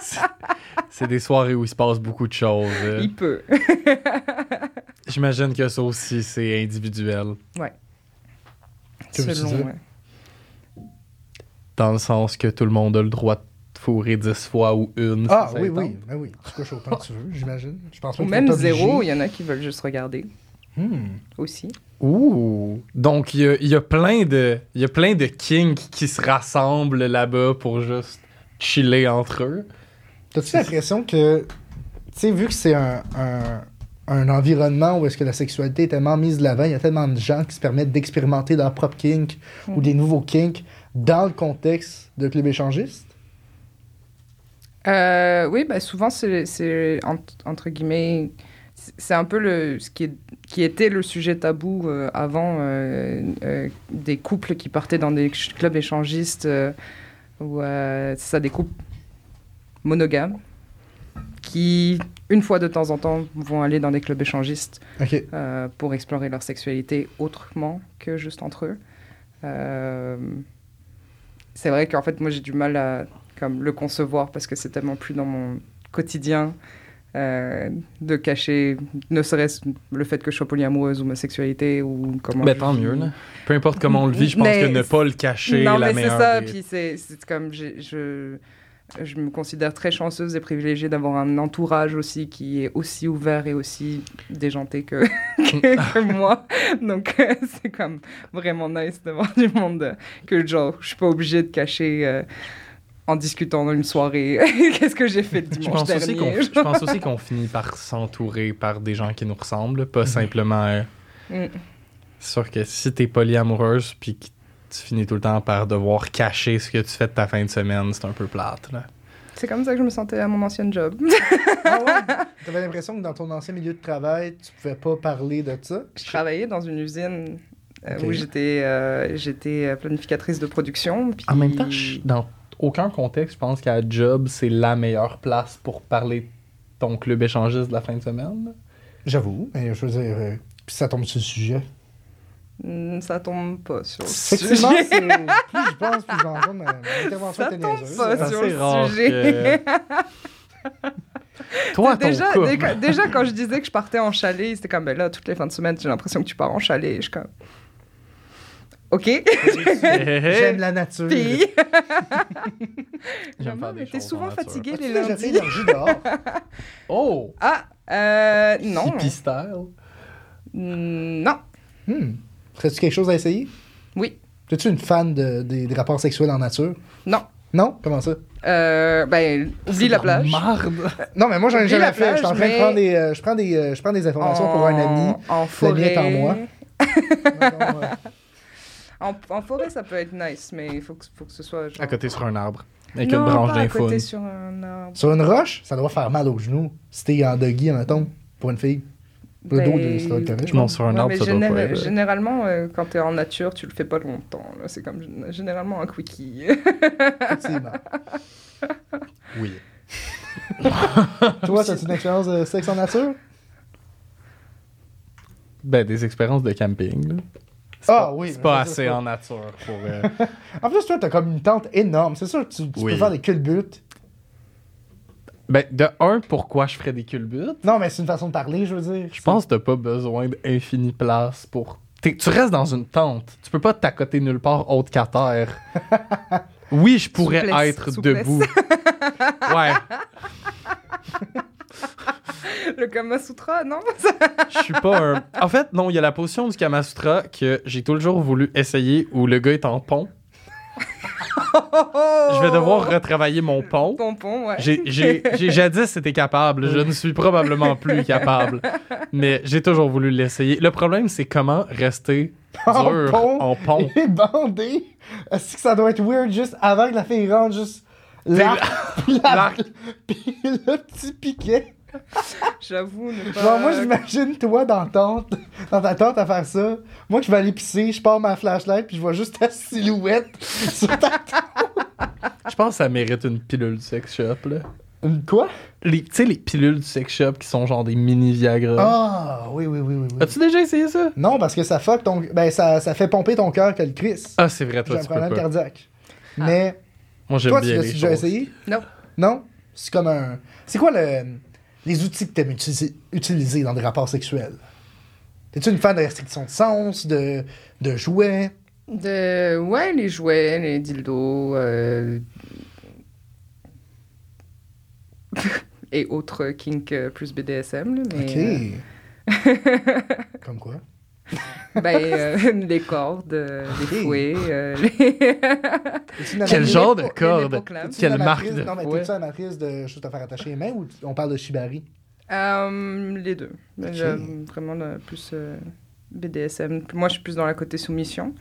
Speaker 1: C'est- C'est des soirées où il se passe beaucoup de choses.
Speaker 4: il peut.
Speaker 1: J'imagine que ça aussi, c'est individuel.
Speaker 2: Que veux-tu
Speaker 4: Selon,
Speaker 2: dire?
Speaker 4: ouais.
Speaker 1: Dans le sens que tout le monde a le droit de fourrer 10 fois ou une.
Speaker 2: Ah
Speaker 1: si ça
Speaker 2: oui,
Speaker 1: étend.
Speaker 2: oui, ben oui. Tu couches autant que tu veux, j'imagine. Je pense pas
Speaker 4: Ou
Speaker 2: que
Speaker 4: même
Speaker 2: t'es obligé.
Speaker 4: zéro, il y en a qui veulent juste regarder
Speaker 2: Hmm.
Speaker 4: aussi.
Speaker 1: Ouh! Donc, il y a, il y a plein de il y a plein de kinks qui se rassemblent là-bas pour juste chiller entre eux.
Speaker 2: T'as-tu l'impression que, tu sais, vu que c'est un, un, un environnement où est-ce que la sexualité est tellement mise de l'avant, il y a tellement de gens qui se permettent d'expérimenter leur propre kink ou des nouveaux kinks dans le contexte de club échangiste?
Speaker 4: Euh, oui, bah, souvent, c'est, c'est ent- entre guillemets, c'est c'est un peu le, ce qui, est- qui était le sujet tabou euh, avant euh, euh, des couples qui partaient dans des ch- clubs échangistes euh, ou euh, c'est ça, des couples monogames qui, une fois de temps en temps, vont aller dans des clubs échangistes
Speaker 2: OK.
Speaker 4: euh, pour explorer leur sexualité autrement que juste entre eux. Euh, c'est vrai qu'en fait, moi, j'ai du mal à comme, le concevoir parce que c'est tellement plus dans mon quotidien euh, de cacher, ne serait-ce le fait que je sois polyamoureuse ou ma sexualité ou comment.
Speaker 1: Ben,
Speaker 4: je
Speaker 1: tant
Speaker 4: vis.
Speaker 1: mieux, là. Peu importe comment on le vit, je pense
Speaker 4: Mais
Speaker 1: que ne pas le cacher
Speaker 4: Non,
Speaker 1: est la
Speaker 4: mais c'est
Speaker 1: meilleure
Speaker 4: ça.
Speaker 1: des-
Speaker 4: Puis c'est c'est comme j'ai- je, je me considère très chanceuse et privilégiée d'avoir un entourage aussi qui est aussi ouvert et aussi déjanté que, que, que moi. Donc euh, c'est comme vraiment nice d'avoir du monde euh, que genre je suis pas obligée de cacher. euh, en discutant dans une soirée, qu'est-ce que j'ai fait le
Speaker 1: Je
Speaker 4: dimanche
Speaker 1: pense, aussi qu'on,
Speaker 4: dernier
Speaker 1: je pense aussi qu'on finit par s'entourer par des gens qui nous ressemblent, pas simplement. euh,
Speaker 4: Mm.
Speaker 1: C'est sûr que si t'es polyamoureuse puis que tu finis tout le temps par devoir cacher ce que tu fais de ta fin de semaine, c'est un peu plate. Là.
Speaker 4: C'est comme ça que je me sentais à mon ancien job.
Speaker 2: Ah ouais? T'avais l'impression que dans ton ancien milieu de travail, tu pouvais pas parler de ça?
Speaker 4: Je travaillais dans une usine euh,
Speaker 2: Ok.
Speaker 4: où j'étais euh, j'étais euh, planificatrice de production. puis-
Speaker 1: En Ah, même temps, je- dans aucun contexte, je pense qu'à job, c'est la meilleure place pour parler de ton club échangiste de la fin de semaine.
Speaker 2: J'avoue, mais je veux dire, euh, puis ça tombe sur le sujet.
Speaker 4: Hmm, Ça tombe pas sur le
Speaker 2: Effectivement,
Speaker 4: sujet.
Speaker 2: c'est- plus je pense, plus j'entends ma, mon intervention
Speaker 4: Ça
Speaker 2: était
Speaker 4: tombe
Speaker 2: niaiseuse.
Speaker 4: pas
Speaker 1: C'est
Speaker 4: sur
Speaker 1: assez
Speaker 4: le
Speaker 1: rare
Speaker 4: sujet.
Speaker 1: que- Toi, ton
Speaker 4: déjà,
Speaker 1: couple.
Speaker 4: dès que- déjà, quand je disais que je partais en chalet, c'était comme, ben là, toutes les fins de semaine, j'ai l'impression que tu pars en chalet. Je suis comme, ok.
Speaker 2: J'aime la nature.
Speaker 4: Puis,
Speaker 1: J'aime faire
Speaker 4: Maman,
Speaker 1: des
Speaker 4: mais t'es
Speaker 1: choses en
Speaker 4: souvent
Speaker 1: nature.
Speaker 4: fatiguée
Speaker 2: As-tu
Speaker 4: les
Speaker 2: Ah, déjà fait
Speaker 4: lundis.
Speaker 2: énergie dehors?
Speaker 1: Oh!
Speaker 4: Ah, euh, non.
Speaker 1: Hippie style.
Speaker 4: Hmm, Non.
Speaker 2: Hmm. Ferais-tu quelque chose à essayer?
Speaker 4: Oui.
Speaker 2: T'es-tu une fan de- des, des rapports sexuels en nature?
Speaker 4: Non.
Speaker 2: Non? Comment ça?
Speaker 4: Euh, ben, oublie la plage.
Speaker 1: Marde!
Speaker 2: Non, mais moi, j'en ai
Speaker 4: Oublie
Speaker 2: jamais
Speaker 4: la
Speaker 2: fait. je suis en
Speaker 4: plage,
Speaker 2: train de
Speaker 4: mais- Oh.
Speaker 2: prendre des, euh, je prends des, euh, je prends des informations pour un ami.
Speaker 4: En
Speaker 2: L'ami
Speaker 4: forêt.
Speaker 2: est en moi. Non, euh,
Speaker 4: En, en forêt, ça peut être nice, mais il faut que, faut que ce soit. Genre...
Speaker 1: À côté sur un arbre. Avec
Speaker 4: non,
Speaker 1: une branche
Speaker 4: pas à
Speaker 1: d'un faune.
Speaker 4: côté sur un arbre.
Speaker 2: Sur une roche, ça doit faire mal aux genoux. Si t'es en doggy, mettons, pour une fille. Le dos de- ça doit être correct.
Speaker 1: Non, sur un
Speaker 4: Ben, Ouais,
Speaker 1: arbre,
Speaker 4: mais
Speaker 1: ça doit pas
Speaker 4: général-
Speaker 1: être-
Speaker 4: Généralement, euh, quand t'es en nature, tu le fais pas longtemps. là. C'est comme gén- généralement un quickie.
Speaker 2: Effectivement.
Speaker 1: Oui.
Speaker 2: Toi, t'as-tu une expérience de sexe en nature?
Speaker 1: Ben, des expériences de camping. là. C'est
Speaker 2: Ah
Speaker 1: pas-
Speaker 2: oui.
Speaker 1: C'est pas
Speaker 2: je veux
Speaker 1: assez
Speaker 2: dire,
Speaker 1: en nature pour. euh,
Speaker 2: En plus, toi, t'as comme une tente énorme. C'est sûr que tu, tu
Speaker 1: Oui.
Speaker 2: peux faire des culbutes.
Speaker 1: ben, de un, pourquoi je ferais des culbutes
Speaker 2: Non, mais c'est une façon de parler, je veux dire.
Speaker 1: Je pense que t'as pas besoin d'infinie place pour. T'es- Tu restes dans une tente. Tu peux pas t'accoter nulle part autre qu'à terre. Oui, je pourrais
Speaker 4: Souplesse,
Speaker 1: être
Speaker 4: souplesse.
Speaker 1: debout. Ouais,
Speaker 4: le Kama Sutra, non
Speaker 1: je suis pas un. En fait, non, il y a la position du Kama Sutra que j'ai toujours voulu essayer où le gars est en pont. Je vais devoir retravailler mon pont.
Speaker 4: Oh! Pompon, ouais.
Speaker 1: J'ai- J'ai j'ai jadis été capable, je ne suis probablement plus capable, mais j'ai toujours voulu l'essayer. Le problème, c'est comment rester
Speaker 2: En
Speaker 1: dur Oh.
Speaker 2: pont.
Speaker 1: en pont.
Speaker 2: Il est bandé. Est-ce que ça doit être weird juste avant que la fille rentre, juste l'arc, puis la-
Speaker 1: l'arc.
Speaker 2: puis le petit piquet.
Speaker 4: J'avoue, ne pas.
Speaker 2: Genre, Bah, moi, j'imagine toi dans, tente, dans ta tente à faire ça. Moi, je vais aller pisser, je pars ma flashlight, puis je vois juste ta silhouette sur ta tente.
Speaker 1: Je pense que ça mérite une pilule du sex shop. là.
Speaker 2: Une Quoi?
Speaker 1: Les- Tu sais, les pilules du sex shop qui sont genre des mini Viagra.
Speaker 2: Ah, oui, oui, oui, oui. oui.
Speaker 1: As-tu déjà essayé ça?
Speaker 2: Non, parce que ça fuck ton. Ben, ça, ça fait pomper ton cœur que le Chris.
Speaker 1: Ah, c'est vrai,
Speaker 2: J'ai
Speaker 1: toi,
Speaker 2: un
Speaker 1: tu peux
Speaker 2: problème
Speaker 1: pas.
Speaker 2: cardiaque. Mais.
Speaker 1: Moi, j'aime
Speaker 2: Toi, tu
Speaker 1: bien
Speaker 2: l'as
Speaker 1: les
Speaker 2: déjà
Speaker 1: choses.
Speaker 2: essayé?
Speaker 4: Non.
Speaker 2: Ah. Non? C'est comme un. C'est quoi le... les outils que t'aimes utiliser, utiliser dans des rapports sexuels? T'es-tu une fan de restriction de sens, de, de jouets?
Speaker 4: De... Ouais, les jouets, les dildos. euh, et autres kinks euh, plus BDSM. là, mais,
Speaker 2: Ok. Comme quoi?
Speaker 4: euh, ben, euh, les cordes, euh, les
Speaker 2: Ok.
Speaker 4: fouets. euh, les-
Speaker 2: Es-tu une
Speaker 1: Quel
Speaker 2: amatrice-
Speaker 1: genre de
Speaker 4: les
Speaker 1: corde?
Speaker 4: hypoclames.
Speaker 2: es-tu une
Speaker 1: Quelle
Speaker 2: amatrice-
Speaker 1: marque de-
Speaker 2: Non, mais
Speaker 1: Ouais.
Speaker 2: t'es-tu amatrice de choses à faire attacher les mains ou t- on parle de Shibari?
Speaker 4: Euh, les deux. Mais
Speaker 2: Ok.
Speaker 4: J'aime vraiment le plus euh, BDSM. Moi, je suis plus dans la côté soumission.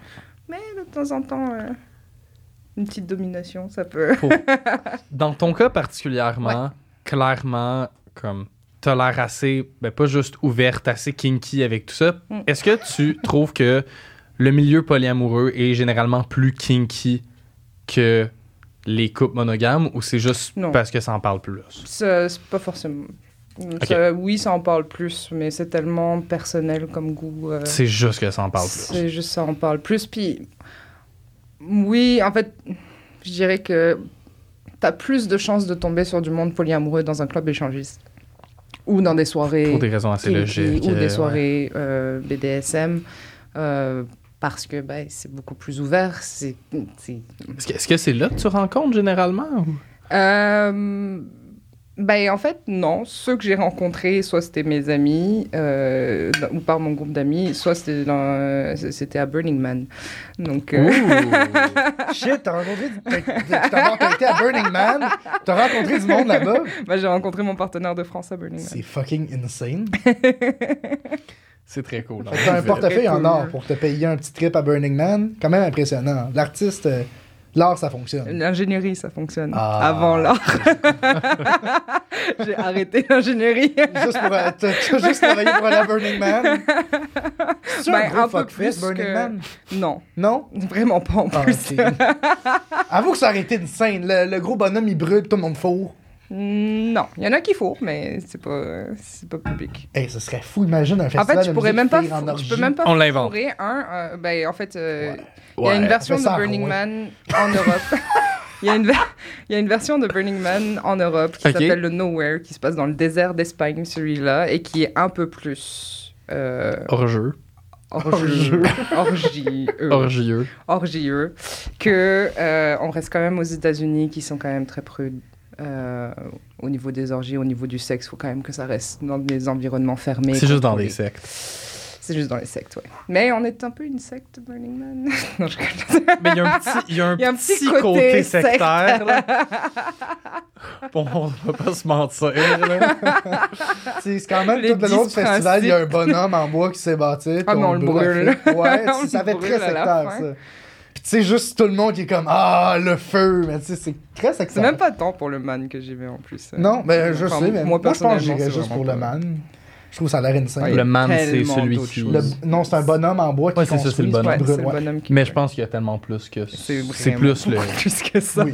Speaker 4: Mais de temps en temps, euh, une petite domination, ça peut.
Speaker 1: Dans ton cas particulièrement, clairement, comme t'as l'air assez, ben pas juste ouverte, assez kinky avec tout ça.
Speaker 4: Mm.
Speaker 1: Est-ce que tu trouves que le milieu polyamoureux est généralement plus kinky que les couples monogames ou c'est juste
Speaker 4: Non.
Speaker 1: parce que ça en parle plus?
Speaker 4: Ça, C'est pas forcément. Ça- oui, ça en parle plus, mais c'est tellement personnel comme goût. euh,
Speaker 1: C'est juste que ça en parle plus.
Speaker 4: C'est juste ça, on parle plus. Puis, oui, en fait, je dirais que t'as plus de chances de tomber sur du monde polyamoureux dans un club échangiste ou dans des soirées.
Speaker 1: Pour des raisons assez
Speaker 4: kinky
Speaker 1: logiques.
Speaker 4: ou
Speaker 1: euh, ouais.
Speaker 4: des soirées euh, BDSM euh, parce que ben, c'est beaucoup plus ouvert. C'est, c'est-
Speaker 1: Est-ce que- est-ce que c'est là que tu rencontres généralement? ou-
Speaker 4: Euh, ben, en fait, non. Ceux que j'ai rencontrés, soit c'était mes amis euh, dans- ou par mon groupe d'amis, soit c'était, dans, euh, c'était à Burning Man. Donc, euh,
Speaker 1: Ouh!
Speaker 2: Shit, t'as rencontré... du- t'as- T'as t'as- t'as été à Burning Man, t'as rencontré du monde là-bas.
Speaker 4: ben, j'ai rencontré mon partenaire de France à Burning Man.
Speaker 2: C'est fucking insane.
Speaker 1: c'est très cool. hein,
Speaker 2: Fait que T'as un
Speaker 1: je-
Speaker 2: portefeuille en
Speaker 4: cool.
Speaker 2: or pour te payer un petit trip à Burning Man. Quand même impressionnant. L'artiste, euh, l'art, ça fonctionne.
Speaker 4: L'ingénierie, ça fonctionne.
Speaker 2: Ah.
Speaker 4: Avant l'art. j'ai arrêté l'ingénierie.
Speaker 2: Juste pour... euh, T'as t'as juste travaillé pour aller à Burning Man. C'est
Speaker 4: Ben, un
Speaker 2: un
Speaker 4: peu
Speaker 2: gros fuckfest,
Speaker 4: plus
Speaker 2: Burning
Speaker 4: que-
Speaker 2: Man?
Speaker 4: Non,
Speaker 2: Non?
Speaker 4: vraiment pas en
Speaker 2: Ah,
Speaker 4: plus.
Speaker 2: ok. Avoue que ça aurait été une scène. Le, le gros bonhomme, il brûle, tout le monde fourre.
Speaker 4: Mm, Non, il y en a qui faut, mais c'est pas, c'est pas public.
Speaker 2: Hey, Eh, ce serait fou, imagine un
Speaker 4: En
Speaker 2: festival
Speaker 4: fait, tu
Speaker 2: de
Speaker 4: pourrais
Speaker 2: musique
Speaker 4: même pas,
Speaker 2: qui vire en
Speaker 4: fou- tu peux
Speaker 2: orgie.
Speaker 4: même pas
Speaker 1: On l'invente.
Speaker 4: fourrer un. euh, ben, en fait, euh,
Speaker 2: Ouais.
Speaker 4: il y a une
Speaker 1: Ouais.
Speaker 4: version
Speaker 2: On fait
Speaker 4: de
Speaker 2: ça à
Speaker 4: Burning
Speaker 2: Rouen.
Speaker 4: Man en Europe. Il y, a une ver- il y a une version de Burning Man en Europe qui
Speaker 1: Ok.
Speaker 4: s'appelle le Nowhere, qui se passe dans le désert d'Espagne, celui-là, et qui est un peu plus euh,
Speaker 1: Hors-jeu.
Speaker 4: orgieux, orgie- euh,
Speaker 1: Orgieux.
Speaker 4: orgieux que euh, on reste quand même aux États-Unis qui sont quand même très prudes euh, au niveau des orgies, au niveau du sexe, faut quand même que ça reste dans des environnements fermés.
Speaker 1: C'est juste dans
Speaker 4: contrôlés.
Speaker 1: les sectes.
Speaker 4: C'est juste dans les sectes, ouais. Mais on est un peu une secte Burning Man. non, je rigole.
Speaker 1: Mais il y a un petit, il y a un
Speaker 4: Il y a un
Speaker 1: petit
Speaker 4: petit
Speaker 1: côté,
Speaker 4: côté
Speaker 1: sectaire. là. bon, on va pas se mentir. là.
Speaker 2: C'est c'est quand même
Speaker 4: Les
Speaker 2: tout le long du
Speaker 4: dix
Speaker 2: festival, il y a un bonhomme en bois qui s'est bâti. puis
Speaker 4: Ah, mais on le brûle.
Speaker 2: fait. Ouais,
Speaker 4: On
Speaker 2: tu- ça
Speaker 4: le
Speaker 2: fait
Speaker 4: brûle
Speaker 2: très
Speaker 4: à la
Speaker 2: sectaire,
Speaker 4: fin.
Speaker 2: ça. Puis tu sais, juste tout le monde qui est comme Ah, le feu. Mais tu sais, c'est très
Speaker 4: C'est
Speaker 2: sectaire.
Speaker 4: même pas tant pour le man que j'y vais en plus. euh.
Speaker 2: Non, mais je
Speaker 4: Enfin,
Speaker 2: sais, mais moi, je pense que
Speaker 4: personnellement,
Speaker 2: j'irais
Speaker 4: c'est
Speaker 2: juste pour
Speaker 4: vraiment
Speaker 2: le
Speaker 4: pas-
Speaker 2: man. Je trouve que ça a l'air
Speaker 4: Ouais,
Speaker 2: insane.
Speaker 4: il y a
Speaker 1: Le man, c'est
Speaker 4: tellement
Speaker 1: celui
Speaker 4: d'autres
Speaker 1: qui-
Speaker 4: choses.
Speaker 2: Le- Non, c'est un bonhomme en bois qui
Speaker 1: Ouais, c'est ça, c'est le
Speaker 2: construit,
Speaker 1: bonhomme.
Speaker 4: Ouais,
Speaker 2: qui
Speaker 4: c'est
Speaker 2: brûle,
Speaker 4: le
Speaker 2: ouais.
Speaker 4: bonhomme qui.
Speaker 1: Mais je pense qu'il y a tellement plus que
Speaker 4: C'est
Speaker 1: C'est
Speaker 4: vraiment
Speaker 1: plus le.
Speaker 4: beaucoup plus que ça.
Speaker 2: Oui.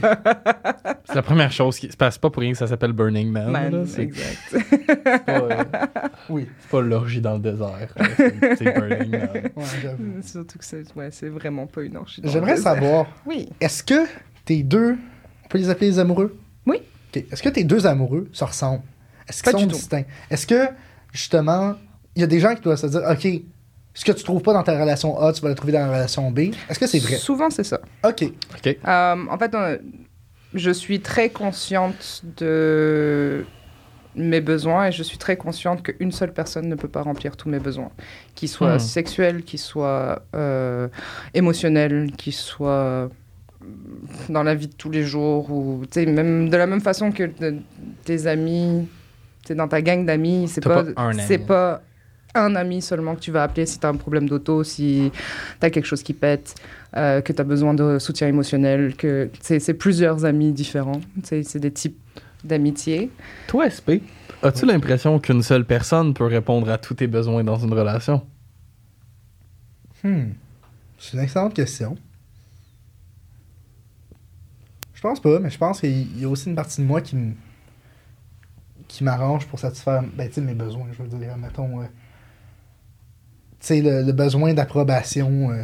Speaker 1: C'est la première chose qui se passe. Pas pour rien que ça s'appelle Burning Man.
Speaker 4: Man,
Speaker 1: là. C'est
Speaker 4: exact.
Speaker 1: c'est pas, euh,
Speaker 2: Oui,
Speaker 1: c'est pas l'orgie dans le désert. là. C'est c'est Burning Man.
Speaker 2: ouais, j'avoue.
Speaker 4: Surtout que c'est ouais, c'est vraiment pas une orgie. dans le
Speaker 2: Mm. J'aimerais
Speaker 4: désert.
Speaker 2: savoir,
Speaker 4: Oui.
Speaker 2: est-ce que tes deux, on peut les appeler les amoureux?
Speaker 4: Oui.
Speaker 2: Ok. Est-ce que tes deux amoureux se ressemblent? Est-ce qu'ils
Speaker 4: Pas
Speaker 2: sont
Speaker 4: du tout.
Speaker 2: distincts? Est-ce que, justement, il y a des gens qui doivent se dire, OK, ce que tu trouves pas dans ta relation A, tu vas le trouver dans la relation B. Est-ce que c'est vrai?
Speaker 4: Souvent, c'est ça.
Speaker 2: OK.
Speaker 1: OK.
Speaker 4: Euh, en fait, euh, je suis très consciente de mes besoins et je suis très consciente qu'une seule personne ne peut pas remplir tous mes besoins, qu'ils soient
Speaker 1: Hmm.
Speaker 4: sexuels, qu'ils soient euh, émotionnels, qu'ils soient dans la vie de tous les jours ou tu sais, même de la même façon que de- tes amis, t'es dans ta gang d'amis, c'est
Speaker 1: T'as
Speaker 4: pas,
Speaker 1: pas un ami. hein.
Speaker 4: c'est pas un ami seulement que tu vas appeler si t'as un problème d'auto, si t'as quelque chose qui pète, euh, que t'as besoin de soutien émotionnel, que c'est c'est plusieurs amis différents, c'est c'est des types d'amitié.
Speaker 1: Toi, SP, as-tu l'impression qu'une seule personne peut répondre à tous tes besoins dans une relation?
Speaker 2: Hmm. C'est une excellente question. Je pense pas, mais je pense qu'il y a aussi une partie de moi qui me- qui m'arrange pour satisfaire ben, tu sais, mes besoins. Je veux dire, mettons, euh, tu sais, le, le besoin d'approbation, euh,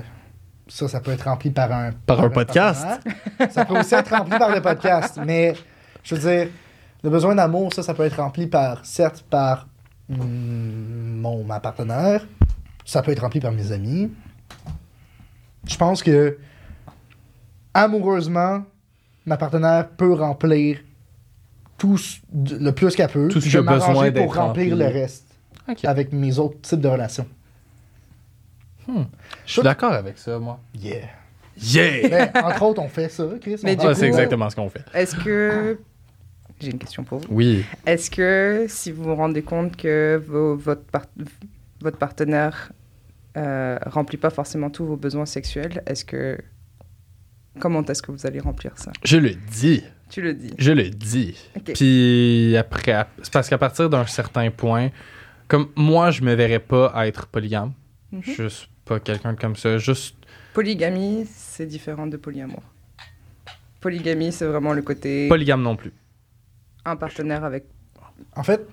Speaker 2: ça, ça peut être rempli par un...
Speaker 1: Par un podcast.
Speaker 2: partenaire. ça peut aussi être rempli par le podcast, mais je veux dire, le besoin d'amour, ça, ça peut être rempli par, certes, par mm, mon, ma partenaire, ça peut être rempli par mes amis. Je pense que, amoureusement, ma partenaire peut remplir tout ce- de- le plus qu'elle peut.
Speaker 1: Tout ce
Speaker 2: je
Speaker 1: qui a
Speaker 2: vais m'arranger
Speaker 1: besoin d'être
Speaker 2: pour remplir
Speaker 1: rempli.
Speaker 2: le reste
Speaker 1: Ok.
Speaker 2: avec mes autres types de relations.
Speaker 1: Je suis d'accord avec ça, moi.
Speaker 2: Yeah.
Speaker 1: Yeah!
Speaker 2: Ben, entre autres, on fait ça, Chris.
Speaker 4: Mais
Speaker 2: on
Speaker 4: du
Speaker 1: Ah,
Speaker 2: remplit-
Speaker 4: coup-
Speaker 1: c'est exactement ce qu'on fait.
Speaker 4: Est-ce que. J'ai une question pour vous.
Speaker 1: Oui.
Speaker 4: Est-ce que si vous vous rendez compte que vos- votre, par- votre partenaire euh, remplit pas forcément tous vos besoins sexuels, est-ce que. Comment est-ce que vous allez remplir ça
Speaker 1: Je le dis.
Speaker 4: Tu le dis.
Speaker 1: Je le dis.
Speaker 4: Ok.
Speaker 1: Puis après, à- c'est parce qu'à partir d'un certain point, comme moi, je me verrais pas être polygame.
Speaker 4: Mhm.
Speaker 1: Je suis pas quelqu'un de comme ça. Juste,
Speaker 4: Polygamie, c'est différent de polyamour. Polygamie, c'est vraiment le côté
Speaker 1: polygame non plus.
Speaker 4: un partenaire avec.
Speaker 2: En fait,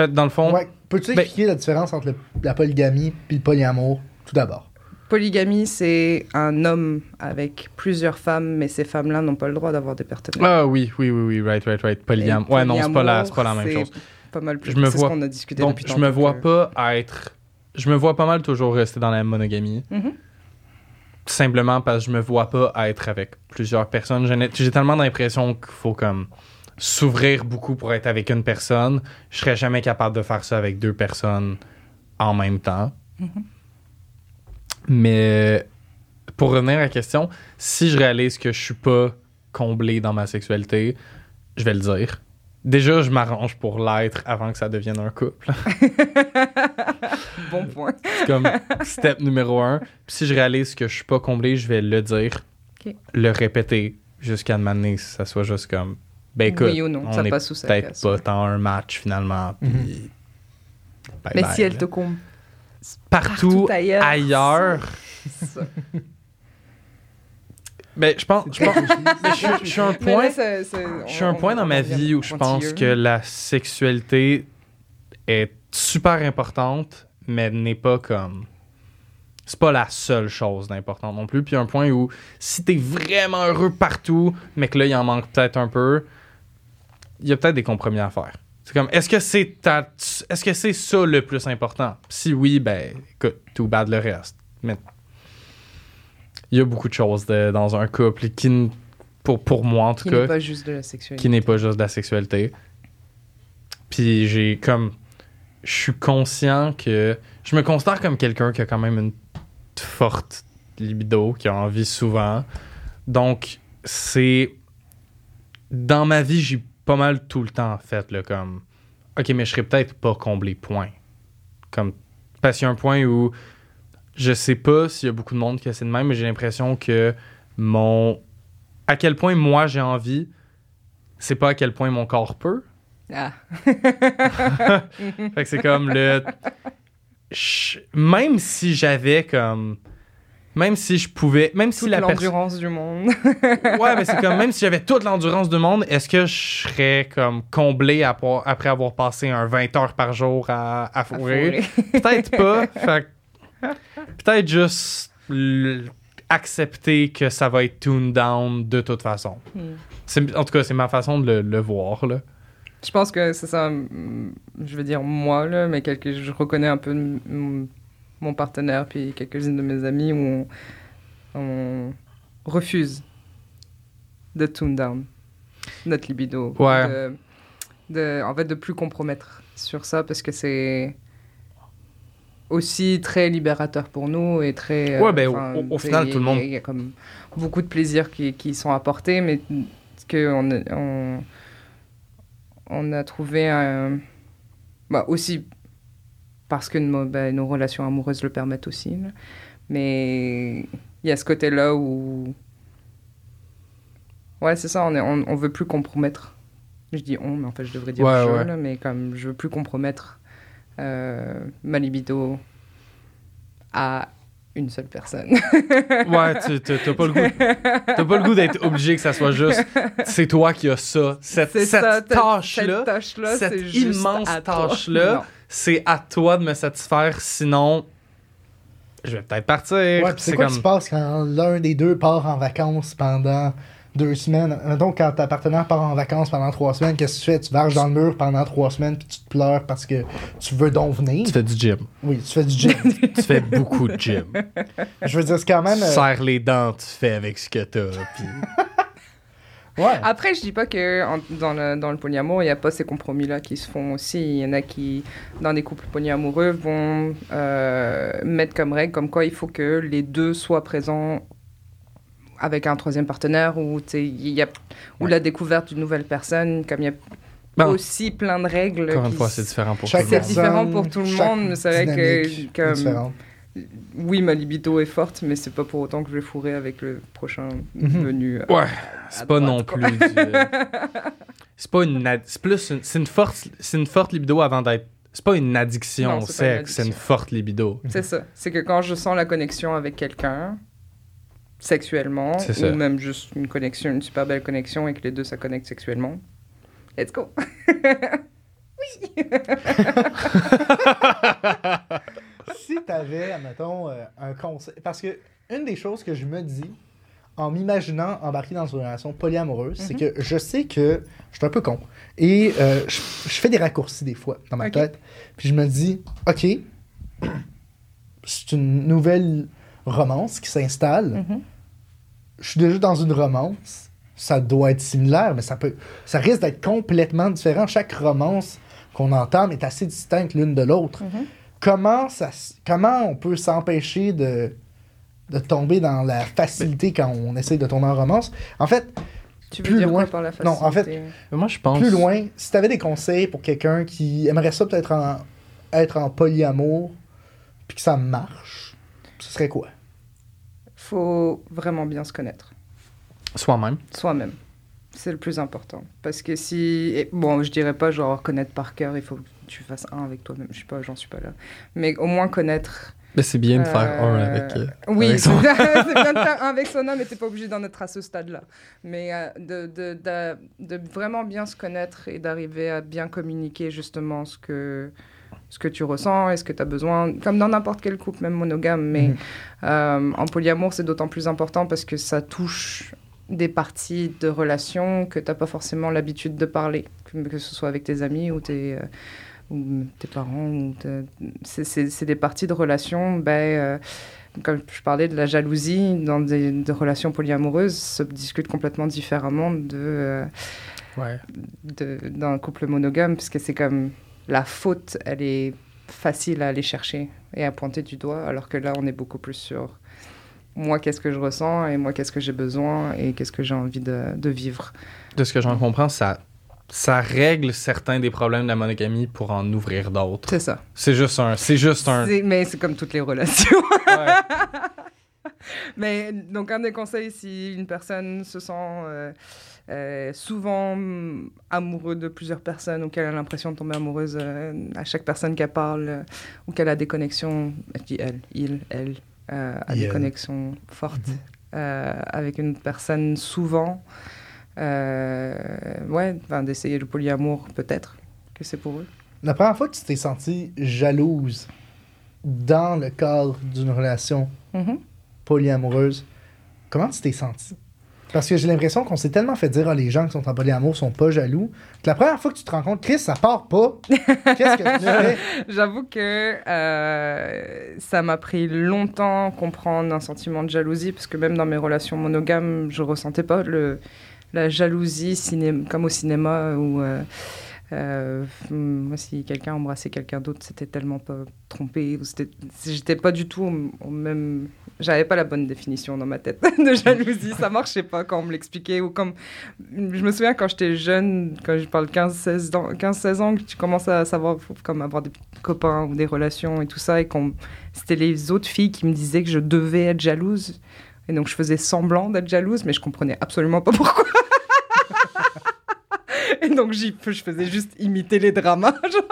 Speaker 1: Euh, dans le fond,
Speaker 2: ouais, peux-tu
Speaker 1: Ben-
Speaker 2: expliquer la différence entre le- la polygamie et le polyamour, tout d'abord?
Speaker 4: Polygamie, c'est un homme avec plusieurs femmes, mais ces femmes-là n'ont pas le droit d'avoir des partenaires.
Speaker 1: ah oui, oui, oui, oui, right, right, right,
Speaker 4: Et
Speaker 1: polygame. Ouais, non, c'est pas la, c'est pas la même
Speaker 4: polyamour,
Speaker 1: chose.
Speaker 4: c'est Pas mal plus.
Speaker 1: Je me
Speaker 4: c'est ce
Speaker 1: vois-
Speaker 4: qu'on a discuté
Speaker 1: Donc,
Speaker 4: depuis
Speaker 1: je
Speaker 4: tantôt
Speaker 1: me vois
Speaker 4: que-
Speaker 1: pas être. Je me vois pas mal toujours rester dans la monogamie.
Speaker 4: Mhm.
Speaker 1: Simplement parce que je me vois pas être avec plusieurs personnes. Je n'ai- J'ai tellement d'impression qu'il faut comme s'ouvrir beaucoup pour être avec une personne. Je serais jamais capable de faire ça avec deux personnes en même temps. Mais pour revenir à la question, si je réalise que je suis pas comblé dans ma sexualité, je vais le dire. Déjà, je m'arrange pour l'être avant que ça devienne un couple.
Speaker 4: Bon point.
Speaker 1: C'est comme step numéro un. Puis si je réalise que je suis pas comblé, je vais le dire,
Speaker 4: Ok.
Speaker 1: le répéter jusqu'à demander si ça soit juste comme ben écoute,
Speaker 4: oui ou non,
Speaker 1: on
Speaker 4: ça
Speaker 1: est
Speaker 4: passe ou ça
Speaker 1: peut-être
Speaker 4: casse.
Speaker 1: pas tant un match finalement. puis bye
Speaker 4: Mais
Speaker 1: bye,
Speaker 4: si elle
Speaker 1: là.
Speaker 4: te comble
Speaker 1: partout,
Speaker 4: partout ailleurs,
Speaker 1: ailleurs
Speaker 4: ça-
Speaker 1: ben je pense, je pense- mais je suis- je suis à un
Speaker 4: Mais
Speaker 1: point
Speaker 4: là, ça- ça- on-
Speaker 1: Je suis à un
Speaker 4: on-
Speaker 1: point
Speaker 4: on
Speaker 1: dans ma
Speaker 4: devient
Speaker 1: vie où je pense
Speaker 4: pointilleux.
Speaker 1: que la sexualité est super importante, mais n'est pas comme. C'est pas la seule chose d'importante non plus. Puis un point où si t'es vraiment heureux partout, mais que là, il en manque peut-être un peu, il y a peut-être des compromis à faire. C'est comme, est-ce que c'est ta... est-ce que c'est ça le plus important? Si oui, ben, écoute, tout bad le reste. Mais il y a beaucoup de choses de- dans un couple qui, n- pour, pour moi en tout
Speaker 4: Qui
Speaker 1: cas,
Speaker 4: n'est pas juste de la
Speaker 1: qui
Speaker 4: sexualité.
Speaker 1: n'est pas juste de la sexualité. Puis j'ai comme. Je suis conscient que. Je me considère comme quelqu'un qui a quand même une forte libido, qui a envie souvent. Donc, c'est. Dans ma vie, j'ai pas mal tout le temps fait, là, comme. Ok, mais je serais peut-être pas comblé, point. Comme. Parce qu'il y a un point où. Je sais pas s'il y a beaucoup de monde qui a c'est de même, mais j'ai l'impression que mon. À quel point moi j'ai envie, c'est pas à quel point mon corps peut.
Speaker 4: Ah,
Speaker 1: Fait que c'est comme le. Je- Même si j'avais comme. Même si je pouvais. Même si
Speaker 4: toute
Speaker 1: la personne.
Speaker 4: l'endurance du monde.
Speaker 1: Ouais, mais c'est comme. Même si j'avais toute l'endurance du monde, est-ce que je serais comme comblé à po- après avoir passé un 20 heures par jour à, à fourrer? Peut-être pas. Fait que- Peut-être juste l- accepter que ça va être tuned down de toute façon.
Speaker 4: Hmm.
Speaker 1: C'est- En tout cas, c'est ma façon de le, le voir, là.
Speaker 4: Je pense que c'est ça, mm, je veux dire moi, là, mais quelque, je reconnais un peu mm, mm, mon partenaire puis quelques-unes de mes amies où on, on refuse de tune down notre libido.
Speaker 1: Ouais.
Speaker 4: De, de- en fait, de plus compromettre sur ça parce que c'est aussi très libérateur pour nous et très... euh,
Speaker 1: Ouais, ben,
Speaker 4: enfin,
Speaker 1: au- au
Speaker 4: tu sais,
Speaker 1: final,
Speaker 4: il y a-
Speaker 1: tout le monde-
Speaker 4: Il y a comme beaucoup de plaisirs qui, qui sont apportés, mais que on, on, on a trouvé un- bah, aussi parce que nos, bah, nos relations amoureuses le permettent aussi. là. Mais il y a ce côté-là où... Ouais, c'est ça, on, est, on, on veut plus compromettre. Je dis on, mais en fait, je devrais dire
Speaker 1: Ouais,
Speaker 4: je,
Speaker 1: ouais.
Speaker 4: là, mais comme je veux plus compromettre euh, ma libido à une seule personne.
Speaker 1: Ouais, tu- tu- t'as pas le goût. T'as pas le goût d'être obligé que ça soit juste. C'est toi qui as ça. Cette,
Speaker 4: C'est
Speaker 1: cette
Speaker 4: ça, t-
Speaker 1: tâche-là,
Speaker 4: cette tâche-là,
Speaker 1: cette
Speaker 4: c'est juste
Speaker 1: immense
Speaker 4: à toi.
Speaker 1: tâche-là.
Speaker 4: Non.
Speaker 1: c'est à toi de me satisfaire. Sinon, je vais peut-être partir.
Speaker 2: Ouais,
Speaker 1: Puis
Speaker 2: c'est quoi qui se passe quand l'un des deux part en vacances pendant deux semaines? Mettons, quand ta partenaire part en vacances pendant trois semaines, qu'est-ce que tu fais? Tu varges dans le mur pendant trois semaines puis tu te pleures parce que tu veux donc venir?
Speaker 1: Tu fais du gym.
Speaker 2: Oui, tu fais du gym.
Speaker 1: Tu fais beaucoup de gym.
Speaker 2: Je veux dire, c'est quand
Speaker 1: tu
Speaker 2: même... euh,
Speaker 1: serres les dents, tu fais avec ce que t'as. Puis...
Speaker 2: Ouais.
Speaker 4: Après, je dis pas que en- dans, le, dans le polyamour, il n'y a pas ces compromis-là qui se font aussi. Il y en a qui, dans des couples polyamoureux, vont euh, mettre comme règle comme quoi il faut que les deux soient présents avec un troisième partenaire ou, tu sais, il y a, ou la découverte d'une nouvelle personne, comme il y a
Speaker 1: Bon.
Speaker 4: aussi plein de règles.
Speaker 1: Ben, Encore une
Speaker 4: qui
Speaker 1: fois,
Speaker 4: s-
Speaker 1: c'est différent pour
Speaker 2: Chaque
Speaker 1: tout le monde.
Speaker 4: C'est différent pour tout le
Speaker 2: chaque
Speaker 4: monde, mais c'est vrai que-
Speaker 2: dynamique
Speaker 4: comme-
Speaker 2: est différente.
Speaker 4: Oui, ma libido est forte, mais c'est pas pour autant que je vais fourrer avec le prochain
Speaker 2: Mhm.
Speaker 4: venu. euh,
Speaker 1: Ouais, c'est
Speaker 4: à
Speaker 1: pas
Speaker 4: droite,
Speaker 1: non
Speaker 4: quoi.
Speaker 1: plus. du, euh, c'est pas une. ad- C'est plus une, c'est une forte, c'est une forte libido avant d'être. C'est pas une addiction
Speaker 4: Non,
Speaker 1: au
Speaker 4: c'est pas une
Speaker 1: sexe, c'est une
Speaker 4: addiction.
Speaker 1: forte libido.
Speaker 4: C'est ça. C'est que quand je sens la connexion avec quelqu'un, sexuellement,
Speaker 1: C'est ça.
Speaker 4: ou même juste une connexion, une super belle connexion, et que les deux ça connecte sexuellement, let's go.
Speaker 2: si t'avais, admettons, euh, un conseil. Parce que une des choses que je me dis en m'imaginant embarquer dans une relation polyamoureuse, c'est que je sais que je suis un peu con. Et euh, je, je fais des raccourcis des fois dans ma
Speaker 4: Ok.
Speaker 2: tête. Puis je me dis, OK, c'est une nouvelle romance qui s'installe. Je suis déjà dans une romance. Ça doit être similaire, mais ça peut. Ça risque d'être complètement différent. Chaque romance qu'on entame est assez distincte l'une de l'autre comment, ça, s- comment on peut s'empêcher de, de tomber dans la facilité quand on essaye de tomber en romance? En fait,
Speaker 4: Tu veux
Speaker 2: Plus
Speaker 4: dire
Speaker 2: loin.
Speaker 4: quoi par la facilité
Speaker 2: Non, en fait,
Speaker 1: Mais moi, je pense.
Speaker 2: plus loin, si tu avais des conseils pour quelqu'un qui aimerait ça peut-être en, être en polyamour, puis que ça marche, ce serait quoi?
Speaker 4: faut vraiment bien se connaître.
Speaker 1: Soi-même.
Speaker 4: soi-même. C'est le plus important. Parce que si. et Bon, je dirais pas genre connaître par cœur, il faut que tu fasses un avec toi-même. Je sais pas, j'en suis pas là. Mais au moins connaître.
Speaker 1: Mais Ben, c'est bien de faire
Speaker 4: euh,
Speaker 1: un avec. euh,
Speaker 4: Oui,
Speaker 1: avec
Speaker 4: c'est
Speaker 1: son-
Speaker 4: bien c'est bien de faire un avec son homme, mais t'es pas obligé d'en être à ce stade-là. Mais euh, de, de, de- de vraiment bien se connaître et d'arriver à bien communiquer justement ce que, ce que tu ressens et ce que tu as besoin. Comme dans n'importe quel couple, même monogame. Mais
Speaker 1: Mm-hmm.
Speaker 2: Mhm.
Speaker 4: euh, en polyamour, c'est d'autant plus important parce que ça touche des parties de relations que t'as pas forcément l'habitude de parler, que, que ce soit avec tes amis ou tes, euh, ou tes parents. Ou tes- c'est- C'est c'est des parties de relations, ben, euh, comme je parlais de la jalousie, dans des, des relations polyamoureuses, se discute complètement différemment de... euh,
Speaker 1: Ouais.
Speaker 4: de- d'un couple monogame, parce que c'est comme la faute, elle est facile à aller chercher et à pointer du doigt, alors que là, on est beaucoup plus sur moi, qu'est-ce que je ressens, et moi, qu'est-ce que j'ai besoin, et qu'est-ce que j'ai envie de, de vivre.
Speaker 1: De ce que j'en comprends, ça, ça règle certains des problèmes de la monogamie pour en ouvrir d'autres.
Speaker 4: C'est ça.
Speaker 1: C'est juste un. C'est juste un.
Speaker 4: C'est- Mais c'est comme toutes les relations.
Speaker 1: Ouais.
Speaker 4: Mais donc, un des conseils, si une personne se sent euh, euh, souvent hum, amoureux de plusieurs personnes ou qu'elle a l'impression de tomber amoureuse euh, à chaque personne qu'elle parle euh, ou qu'elle a des connexions, je dis elle, il, elle, euh, a
Speaker 2: Il,
Speaker 4: des
Speaker 2: elle.
Speaker 4: connexions fortes euh, avec une personne souvent, euh, ouais, ben, d'essayer le polyamour peut-être, que c'est pour eux.
Speaker 2: La première fois que tu t'es sentie jalouse dans le cadre d'une relation
Speaker 4: Mhm.
Speaker 2: polyamoureuse, comment tu t'es senti? Parce que j'ai l'impression qu'on s'est tellement fait dire Ah, les gens qui sont en polyamour sont pas jaloux que la première fois que tu te rends compte, Chris, ça part pas. Qu'est-ce que tu fais?
Speaker 4: J'avoue que euh, ça m'a pris longtemps à comprendre un sentiment de jalousie, parce que même dans mes relations monogames, je ressentais pas le, la jalousie ciné- comme au cinéma où euh, euh, moi si quelqu'un embrassait quelqu'un d'autre, c'était tellement pas trompé, ou c'était- j'étais pas du tout au, au même, j'avais pas la bonne définition dans ma tête de jalousie, ça marchait pas quand on me l'expliquait ou comme je me souviens quand j'étais jeune, quand je parle 15-16 ans, 15-16 ans, que tu commences à savoir comme avoir des copains ou des relations et tout ça, et qu'on c'était les autres filles qui me disaient que je devais être jalouse. Et donc je faisais semblant d'être jalouse, mais je comprenais absolument pas pourquoi. Et donc j'y, je faisais juste imiter les dramas. genre.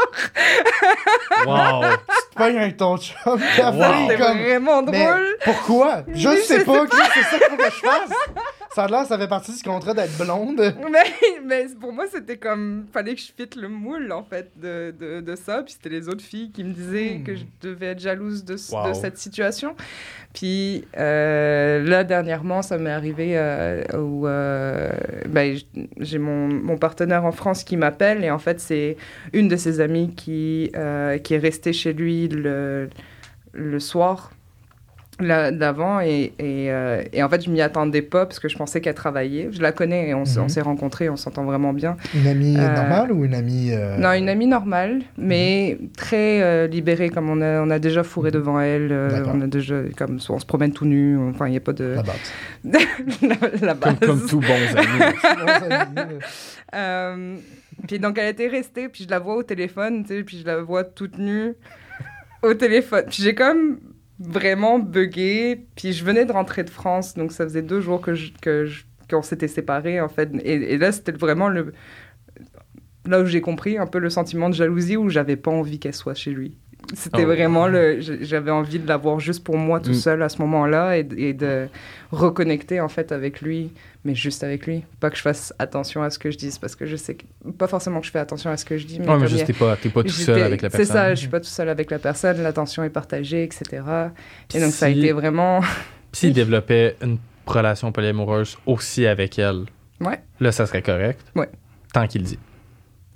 Speaker 1: Wow.
Speaker 2: Tu te pognes avec ton chum, t'as
Speaker 1: Wow.
Speaker 2: failli
Speaker 4: C'était
Speaker 2: comme.
Speaker 4: vraiment drôle.
Speaker 2: Mais pourquoi? Je
Speaker 4: Mais
Speaker 2: sais
Speaker 4: je
Speaker 2: pas, Chris, c'est ça qu'on veut que je fasse. Ça a l'air, ça fait partie du contrat d'être blonde.
Speaker 4: Mais, mais pour moi, c'était comme. Fallait que je fitte le moule, en fait, de, de, de ça. Puis c'était les autres filles qui me disaient
Speaker 2: Hmm.
Speaker 4: que je devais être jalouse de, ce-
Speaker 1: Wow.
Speaker 4: de cette situation. Puis euh, là, dernièrement, ça m'est arrivé euh, où euh, ben, j- j'ai mon, mon partenaire en France qui m'appelle. Et en fait, c'est une de ses amies qui, euh, qui est restée chez lui le, le soir. la- d'avant et, et, euh, et en fait je m'y attendais pas parce que je pensais qu'elle travaillait. Je la connais et on s'est-
Speaker 2: Mhm.
Speaker 4: on s'est rencontrés, on s'entend vraiment bien.
Speaker 2: Une amie
Speaker 4: Euh,
Speaker 2: normale ou une amie. euh, Mhm.
Speaker 4: Non, une amie normale, mais très euh, libérée comme on a, on a déjà fourré devant elle, euh,
Speaker 2: D'accord. Ah.
Speaker 4: on a déjà comme soit on se promène tout nu, enfin il n'y a pas de
Speaker 2: La base.
Speaker 4: la, la
Speaker 1: Comme,
Speaker 4: base.
Speaker 1: comme tout bons amis.
Speaker 2: Bons amis, euh,
Speaker 4: Euh, puis donc elle était restée, puis je la vois au téléphone, tu sais, puis je la vois toute nue au téléphone. Puis j'ai comme vraiment bugué, puis je venais de rentrer de France, donc ça faisait deux jours que je- que je- qu'on s'était séparés en fait. Et, et là c'était vraiment le là où j'ai compris un peu le sentiment de jalousie où j'avais pas envie qu'elle soit chez lui. C'était
Speaker 1: Oh.
Speaker 4: vraiment le j'- j'avais envie de l'avoir juste pour moi tout
Speaker 1: Mm.
Speaker 4: seul à ce moment-là et, d- et de reconnecter en fait avec lui mais juste avec lui. Pas que je fasse attention à ce que je dise, parce que je sais que... Pas forcément que je fais attention à ce que je dis, mais,
Speaker 1: Ouais, mais
Speaker 4: comme
Speaker 1: juste,
Speaker 4: il y a-
Speaker 1: t'es pas, t'es pas tout seul
Speaker 4: j'étais-
Speaker 1: avec la
Speaker 4: C'est
Speaker 1: personne.
Speaker 4: ça, je suis pas tout seul avec la personne, l'attention est partagée, etc. Et donc, ça a
Speaker 1: Si-
Speaker 4: été vraiment...
Speaker 1: Puis s'il développait une relation polyamoureuse aussi avec elle,
Speaker 4: Ouais.
Speaker 1: là, ça serait correct.
Speaker 4: Ouais.
Speaker 1: Tant qu'il dit.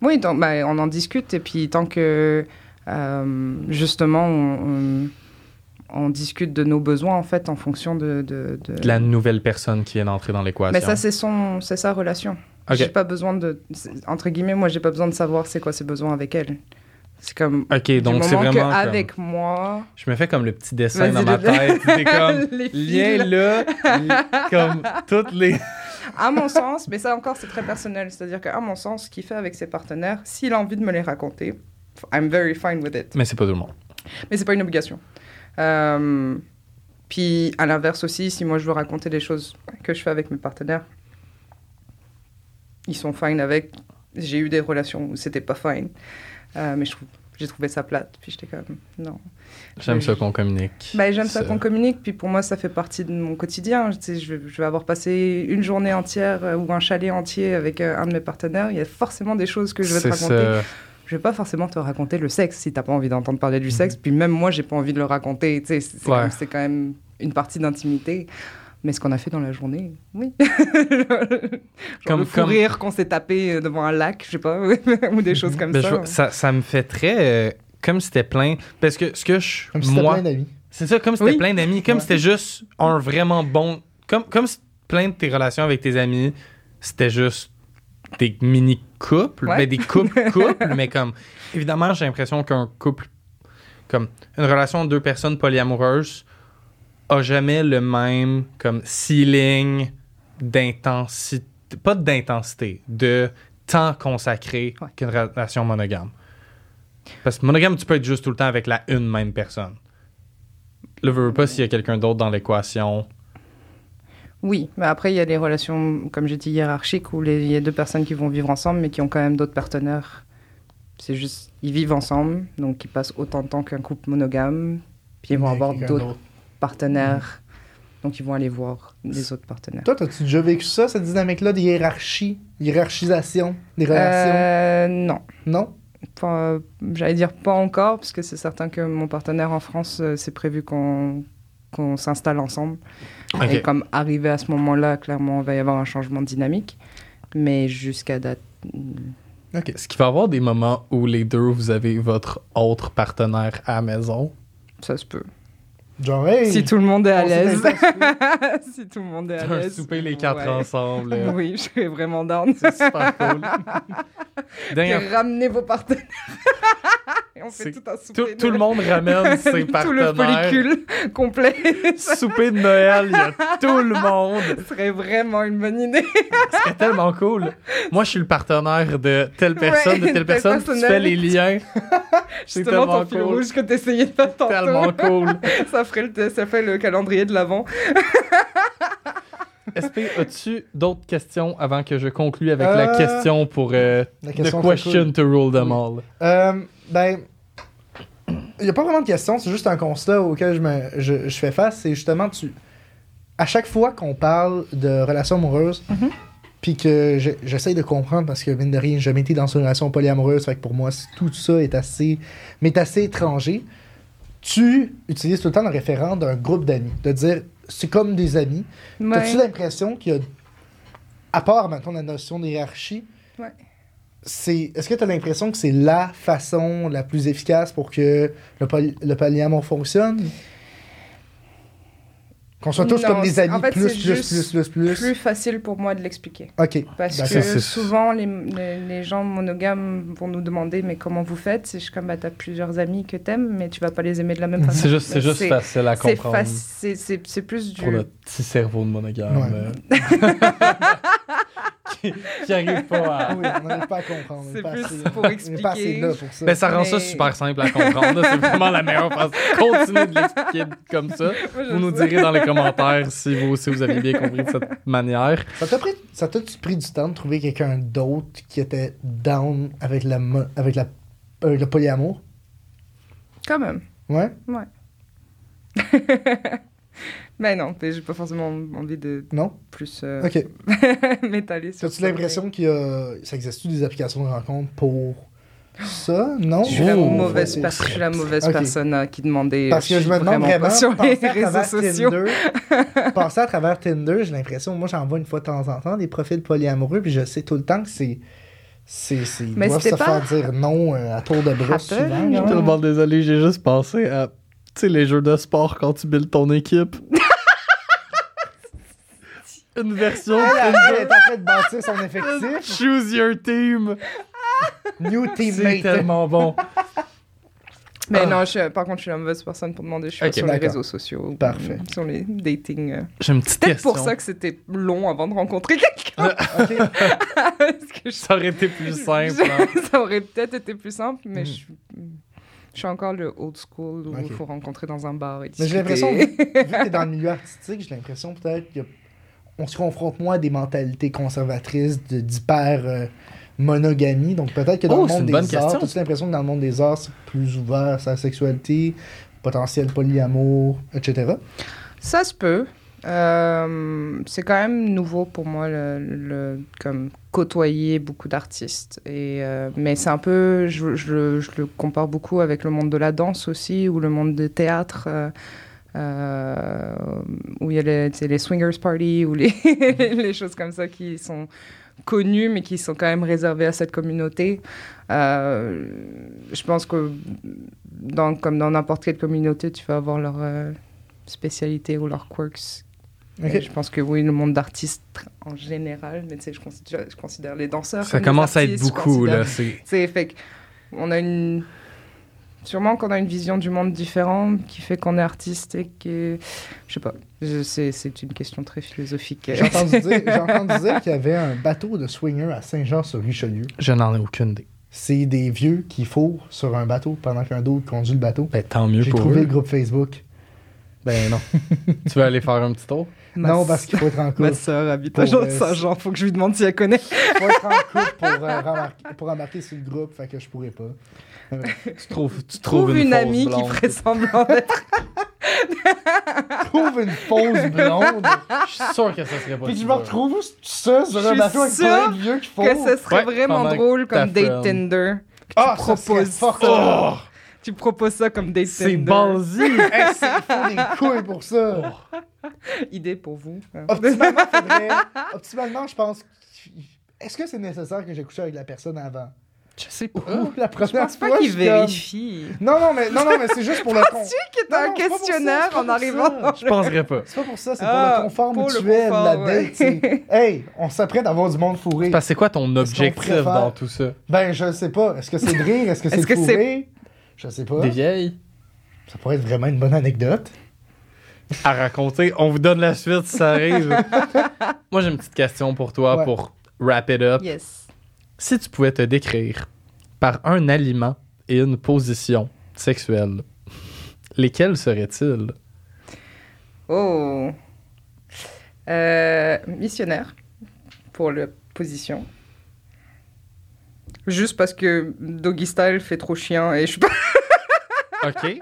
Speaker 4: Oui, donc, bah, on en discute, et puis tant que... euh, justement, on, on- on discute de nos besoins, en fait, en fonction de... de, de-
Speaker 1: De La nouvelle personne qui vient d'entrer dans l'équation.
Speaker 4: Mais ça, c'est son... C'est sa relation.
Speaker 1: Ok.
Speaker 4: J'ai pas besoin de... c'est- Entre guillemets, moi, j'ai pas besoin de savoir c'est quoi ses besoins avec elle. C'est comme...
Speaker 1: Ok,
Speaker 4: du
Speaker 1: donc c'est vraiment.
Speaker 4: moment que
Speaker 1: comme-
Speaker 4: avec moi...
Speaker 1: Je me fais comme le petit dessin dans
Speaker 4: Vas-y,
Speaker 1: ma
Speaker 4: le-
Speaker 1: tête. C'est comme.
Speaker 4: Les filles,
Speaker 1: Lien là, li- comme toutes les.
Speaker 4: à mon sens, mais ça encore c'est très personnel, c'est-à-dire qu'à mon sens, ce qu'il fait avec ses partenaires, s'il a envie de me les raconter, I'm very fine with it.
Speaker 1: Mais c'est pas tout le monde.
Speaker 4: Mais c'est pas une obligation. Euh, puis à l'inverse aussi, si moi je veux raconter des choses que je fais avec mes partenaires, ils sont fine avec. J'ai eu des relations où c'était pas fine, Euh, mais je trouve- j'ai trouvé ça plate. Puis j'étais comme non.
Speaker 1: J'aime
Speaker 4: Je-
Speaker 1: ça qu'on communique.
Speaker 4: Bah, j'aime ça
Speaker 1: Ça-
Speaker 4: qu'on communique, puis pour moi, ça fait partie de mon quotidien. Je, sais, je, vais- je vais avoir passé une journée entière euh, ou un chalet entier avec euh, un de mes partenaires. Il y a forcément des choses que je vais te
Speaker 1: C'est
Speaker 4: raconter.
Speaker 1: ça.
Speaker 4: Je vais pas forcément te raconter le sexe si t'as pas envie d'entendre parler du sexe. Puis même moi, j'ai pas envie de le raconter. Tu sais, C'est c'est
Speaker 1: Mhm. Ouais.
Speaker 4: comme- c'est quand même une partie d'intimité. Mais ce qu'on a fait dans la journée, oui.
Speaker 1: Comme-
Speaker 4: comme, le fou
Speaker 1: comme-
Speaker 4: rire qu'on s'est tapé euh, devant un lac, je sais pas, ou des choses comme
Speaker 1: Ben, je
Speaker 4: ça.
Speaker 1: vois- ça. ça me fait très. euh, comme si c'était plein. Parce que ce que je.
Speaker 2: Comme si t'as
Speaker 1: moi,
Speaker 2: plein d'amis.
Speaker 1: C'est ça, comme c'était
Speaker 4: Oui.
Speaker 1: plein d'amis, comme
Speaker 2: Ouais.
Speaker 1: c'était juste un vraiment bon. Comme, comme si plein de tes relations avec tes amis, c'était juste des mini-couples,
Speaker 4: Ouais.
Speaker 1: mais des couples-couples, mais comme. Évidemment, j'ai l'impression qu'un couple. Comme une relation de deux personnes polyamoureuses a jamais le même comme ceiling d'intensité. Pas d'intensité, de temps consacré
Speaker 4: Ouais.
Speaker 1: qu'une relation monogame. Parce que monogame, tu peux être juste tout le temps avec la une même personne. Le veux veux pas s'il y a quelqu'un d'autre dans l'équation.
Speaker 4: Oui, mais après, il y a les relations, comme j'ai dit, hiérarchiques, où les- il y a deux personnes qui vont vivre ensemble, mais qui ont quand même d'autres partenaires. C'est juste, ils vivent ensemble, donc ils passent autant de temps qu'un couple monogame, puis ils vont
Speaker 2: Mais
Speaker 4: avoir
Speaker 2: quelqu'un
Speaker 4: d'autres
Speaker 2: d'autre. Mm.
Speaker 4: partenaires, donc ils vont aller voir les autres partenaires.
Speaker 2: Toi, t'as-tu déjà vécu ça, cette dynamique-là de hiérarchie, hiérarchisation des relations?
Speaker 4: Euh, non,
Speaker 2: Non?
Speaker 4: Pas- j'allais dire pas encore, parce que c'est certain que mon partenaire en France, euh, c'est prévu qu'on qu'on s'installe ensemble. Et comme arrivé à ce moment-là, clairement, il va y avoir un changement de dynamique. Mais jusqu'à date,
Speaker 2: OK.
Speaker 1: Est-ce qu'il va y avoir des moments où les deux, vous avez votre autre partenaire à la maison?
Speaker 4: ça se peut.
Speaker 2: Genre, hey!
Speaker 4: Si tout le monde est à
Speaker 2: on s'est
Speaker 4: l'aise.
Speaker 2: intéressé.
Speaker 4: si tout le monde est à
Speaker 1: Un
Speaker 4: l'aise.
Speaker 1: souper les quatre
Speaker 4: Ouais.
Speaker 1: ensemble. euh,
Speaker 4: Oui, je serais vraiment down.
Speaker 1: C'est super cool. Dernière-
Speaker 4: Ramenez vos partenaires. Et on
Speaker 1: C'est
Speaker 4: fait tout un souper.
Speaker 1: tout,
Speaker 4: de-
Speaker 1: tout le monde ramène ses
Speaker 4: Tout le
Speaker 1: partenaires.
Speaker 4: follicule complet. ça
Speaker 1: Souper de Noël, il y a tout le monde.
Speaker 4: serait vraiment une bonne idée.
Speaker 1: C'est tellement cool. Moi, je suis le partenaire de telle personne,
Speaker 4: Ouais,
Speaker 1: de telle
Speaker 4: telle
Speaker 1: personne. Tu
Speaker 4: personne
Speaker 1: fais les
Speaker 4: avec.
Speaker 1: liens. C'est
Speaker 4: Justement,
Speaker 1: tellement
Speaker 4: ton fil
Speaker 1: cool.
Speaker 4: rouge que t'essayais de faire
Speaker 1: Tellement
Speaker 4: tantôt.
Speaker 1: cool.
Speaker 4: Ça, ferait le, ça fait le calendrier de l'avant.
Speaker 1: SP, as-tu d'autres questions avant que je conclue avec la
Speaker 2: Euh,
Speaker 1: question pour euh,
Speaker 2: la
Speaker 1: The
Speaker 2: question
Speaker 1: question to rule them all?
Speaker 2: Euh, ben, il n'y a pas vraiment de question, c'est juste un constat auquel je, me, je, je fais face. C'est justement, tu, à chaque fois qu'on parle de relations amoureuses,
Speaker 4: Mhm.
Speaker 2: puis que je- j'essaye de comprendre, parce que mine de rien, j'ai jamais été dans une relation polyamoureuse, fait que pour moi, c- tout ça est assez, mais assez étranger. Tu utilises tout le temps le référent d'un groupe d'amis, de dire c'est comme des amis. T'as-tu
Speaker 4: Ouais.
Speaker 2: l'impression qu'il y a, à part maintenant la notion de hiérarchie,
Speaker 4: Ouais.
Speaker 2: c'est, est-ce que tu as l'impression que c'est la façon la plus efficace pour que le, poly- le polyamour fonctionne? Qu'on soit tous
Speaker 4: Non,
Speaker 2: comme des
Speaker 4: c'est-
Speaker 2: amis,
Speaker 4: en fait,
Speaker 2: plus,
Speaker 4: c'est
Speaker 2: plus, plus,
Speaker 4: juste
Speaker 2: plus, plus,
Speaker 4: Plus facile pour moi de l'expliquer.
Speaker 2: OK.
Speaker 4: Parce
Speaker 2: Ben,
Speaker 4: que
Speaker 1: Bah, ça, c'est-
Speaker 4: souvent, les, les, les gens monogames vont nous demander mais comment vous faites Si je suis comme, bah, t'as plusieurs amis que t'aimes, mais tu vas pas les aimer de la même façon.
Speaker 1: C'est juste, c'est
Speaker 4: Mais
Speaker 1: juste facile à
Speaker 4: c'est
Speaker 1: comprendre
Speaker 4: faci- c'est- c'est- c'est plus du.
Speaker 1: pour le petit cerveau de monogame
Speaker 2: Ouais.
Speaker 1: euh, qui, qui arrive pas à...
Speaker 2: Ah Oui, on n'arrive pas à comprendre. on
Speaker 4: C'est
Speaker 2: est pas
Speaker 4: plus
Speaker 2: assez-
Speaker 4: pour
Speaker 2: On n'est pas assez
Speaker 4: expliquer.
Speaker 2: là pour ça.
Speaker 1: Mais ça rend ça
Speaker 4: Mais-
Speaker 1: super simple à comprendre. là. C'est vraiment la meilleure façon. Continuez de l'expliquer comme ça.
Speaker 4: Moi, je
Speaker 1: Vous nous
Speaker 4: sais.
Speaker 1: direz dans les commentaires si vous, si vous avez bien compris de cette manière.
Speaker 2: Ça t'a pris, ça t'a pris du temps de trouver quelqu'un d'autre qui était down avec la, mo- avec la, avec le polyamour?
Speaker 4: Quand même.
Speaker 2: Ouais?
Speaker 4: Mais non, mais j'ai pas forcément envie de
Speaker 2: Non?
Speaker 4: plus euh,
Speaker 2: Ok.
Speaker 4: m'étaler sur
Speaker 2: T'as-tu
Speaker 4: ça, mais-
Speaker 2: l'impression qu'il y a, ça existe-tu des applications de rencontre pour ça? Non?
Speaker 4: Je suis la
Speaker 1: Oh,
Speaker 4: mauvaise,
Speaker 1: oh,
Speaker 4: pers- je suis la mauvaise
Speaker 2: Ok.
Speaker 4: personne à qui euh, demander.
Speaker 2: Parce que je me demande
Speaker 4: pas
Speaker 2: vraiment,
Speaker 4: sur les
Speaker 2: passer à
Speaker 4: réseaux
Speaker 2: travers
Speaker 4: sociaux.
Speaker 2: Tinder, passer à travers Tinder, j'ai l'impression, moi j'en vois une fois de temps en temps des profils polyamoureux, puis je sais tout le temps que c'est. c'est, c'est ils
Speaker 4: Mais
Speaker 2: doivent se
Speaker 4: c'était pas-
Speaker 2: faire dire non euh, à tour de bras
Speaker 4: Rappel,
Speaker 2: souvent.
Speaker 4: je
Speaker 1: Je
Speaker 2: là.
Speaker 1: suis tellement désolé, j'ai juste pensé à tu sais, les jeux de sport quand tu builds ton équipe. Une version
Speaker 4: Ah,
Speaker 2: Elle
Speaker 1: de
Speaker 2: est en train de bâtir son effectif.
Speaker 1: Choose Your Team.
Speaker 2: New
Speaker 1: C'est
Speaker 2: teammate.
Speaker 1: tellement bon.
Speaker 4: Mais non, je, suis- par contre, je suis la mauvaise personne pour demander. Je suis
Speaker 1: Ok,
Speaker 4: pas sur les
Speaker 2: d'accord.
Speaker 4: réseaux sociaux. ou
Speaker 2: Parfait.
Speaker 4: Sur les dating. euh.
Speaker 1: J'ai une petite
Speaker 4: Peut-être
Speaker 1: question.
Speaker 4: pour ça que c'était long avant de rencontrer quelqu'un.
Speaker 2: Ok.
Speaker 4: Parce que je-
Speaker 1: Ça aurait été plus simple. hein.
Speaker 4: ça aurait peut-être été plus simple, mais
Speaker 2: Mm.
Speaker 4: je, suis- je suis encore le old school où il
Speaker 2: Ok.
Speaker 4: faut rencontrer dans un bar. Et
Speaker 2: Mais j'ai
Speaker 4: discuter.
Speaker 2: l'impression, vu que t'es dans le milieu artistique, j'ai l'impression peut-être qu'on se confronte moins à des mentalités conservatrices de- d'hyper euh, monogamie. Donc peut-être que dans
Speaker 1: Oh,
Speaker 2: le
Speaker 1: c'est
Speaker 2: monde
Speaker 1: une
Speaker 2: des
Speaker 1: bonne
Speaker 2: arts,
Speaker 1: question.
Speaker 2: t'as-tu l'impression que dans le monde des arts, c'est plus ouvert à la sexualité, potentiel polyamour, etc.
Speaker 4: Ça se peut. Euh, c'est quand même nouveau pour moi, le, le- comme côtoyer beaucoup d'artistes. Et, euh, mais c'est un peu, je, je le- je le compare beaucoup avec le monde de la danse aussi, ou le monde du théâtre, euh, euh, où il y a les, tu sais, les swingers party, ou les, les choses comme ça qui sont connues, mais qui sont quand même réservées à cette communauté. Euh, je pense que, dans, comme dans n'importe quelle communauté, tu vas avoir leur... euh, spécialités ou leurs quirks.
Speaker 2: Ok.
Speaker 4: Et Je pense que oui, le monde d'artistes en général, mais tu sais, je considère, je considère les danseurs.
Speaker 1: Ça
Speaker 4: comme des
Speaker 1: commence à être
Speaker 4: artistes, je
Speaker 1: beaucoup,
Speaker 4: considère-
Speaker 1: là. C'est
Speaker 4: Tu sais, fait que on a une. Sûrement qu'on a une vision du monde différente qui fait qu'on est artiste et que. Je sais pas, Je- c'est c'est une question très philosophique.
Speaker 2: J'ai entendu dire, j'ai entendu dire qu'il y avait un bateau de swingers à Saint-Jean-sur-Richelieu.
Speaker 1: Je n'en ai aucune idée.
Speaker 2: C'est des vieux qui fourrent sur un bateau pendant qu'un d'autre conduit le bateau.
Speaker 1: Ben, tant mieux
Speaker 2: J'ai
Speaker 1: pour
Speaker 2: trouvé
Speaker 1: eux.
Speaker 2: le groupe Facebook.
Speaker 1: Ben non. tu veux aller faire un petit tour?
Speaker 4: Ma
Speaker 2: non,
Speaker 4: s-
Speaker 2: parce qu'il faut être en
Speaker 4: Ma
Speaker 2: couple.
Speaker 4: sœur habite
Speaker 2: Pour,
Speaker 4: à Jean
Speaker 2: euh,
Speaker 4: Saint-Jean, faut que je lui demande si elle connaît.
Speaker 2: faut être en couple pour, euh, remar- pour embarquer sur le groupe, fait que je pourrais pas.
Speaker 1: Tu trouves, tu
Speaker 4: Trouve une,
Speaker 1: fausse
Speaker 4: amie qui
Speaker 1: blonde.
Speaker 4: ferait semblant d'être.
Speaker 2: Trouve une fausse blonde,
Speaker 1: Je suis sûr que ça serait pas
Speaker 2: puis que
Speaker 1: si
Speaker 2: je me
Speaker 1: dur.
Speaker 2: retrouve tout seul sur
Speaker 4: Je
Speaker 2: un
Speaker 4: suis
Speaker 2: bateau avec
Speaker 4: sûre
Speaker 2: plein de vieux qui font.
Speaker 4: que ce serait
Speaker 1: Ouais,
Speaker 4: vraiment
Speaker 1: pendant que
Speaker 4: drôle comme
Speaker 1: ta
Speaker 4: date
Speaker 1: femme-
Speaker 4: Tinder.
Speaker 2: Ah,
Speaker 4: tu
Speaker 2: ça serait
Speaker 4: proposes
Speaker 2: fucked
Speaker 1: Oh!
Speaker 2: up.
Speaker 4: Tu proposes ça comme date
Speaker 1: C'est
Speaker 4: Tinder.
Speaker 1: ballsy!
Speaker 2: Hey, c'est- il faut des couilles pour ça.
Speaker 4: Oh. Idée pour vous. hein.
Speaker 2: Oh, Optimalement, faudrait- optimalement, je pense. Est-ce que c'est nécessaire que j'ai couché avec la personne avant?
Speaker 4: Je sais pas.
Speaker 2: Ouh, la première
Speaker 4: Hein? Je pense pas
Speaker 2: fois,
Speaker 4: qu'il
Speaker 2: je suis comme-
Speaker 4: vérifie. Oh,
Speaker 2: Non, non, mais, non, non, mais c'est juste pour le con.
Speaker 4: Qui est
Speaker 2: Non,
Speaker 4: un
Speaker 2: non, c'est pas pour ça,
Speaker 4: questionnaire
Speaker 2: c'est pas
Speaker 4: en
Speaker 2: pour
Speaker 4: arrivant.
Speaker 2: ça.
Speaker 4: dans
Speaker 1: Je penserais pas.
Speaker 2: C'est pas pour ça, c'est
Speaker 4: Ah,
Speaker 2: pour le confort
Speaker 4: pour le
Speaker 2: mutuel,
Speaker 4: confort,
Speaker 2: la
Speaker 4: ouais.
Speaker 2: date. c'est- Hey, on s'apprête à avoir du monde fourré.
Speaker 1: Parce que c'est quoi ton
Speaker 2: Est-ce qu'on
Speaker 1: objectif
Speaker 2: préfère-
Speaker 1: dans tout ça?
Speaker 2: Ben, je sais pas. Est-ce que c'est de rire? Est-ce que c'est
Speaker 4: Est-ce
Speaker 2: de
Speaker 4: que c'est-
Speaker 2: fourrer? Je sais pas.
Speaker 1: Des vieilles
Speaker 2: Ça pourrait être vraiment une bonne anecdote.
Speaker 1: à raconter. On vous donne la suite si ça arrive. Moi, j'ai une petite question pour toi
Speaker 2: Ouais.
Speaker 1: pour wrap it up.
Speaker 4: le- Yes.
Speaker 1: Si tu pouvais te décrire par un aliment et une position sexuelle, lesquels seraient-ils?
Speaker 4: Oh. Euh, missionnaire pour la position. Juste parce que Doggy Style fait trop chien et je suis pas.
Speaker 1: OK.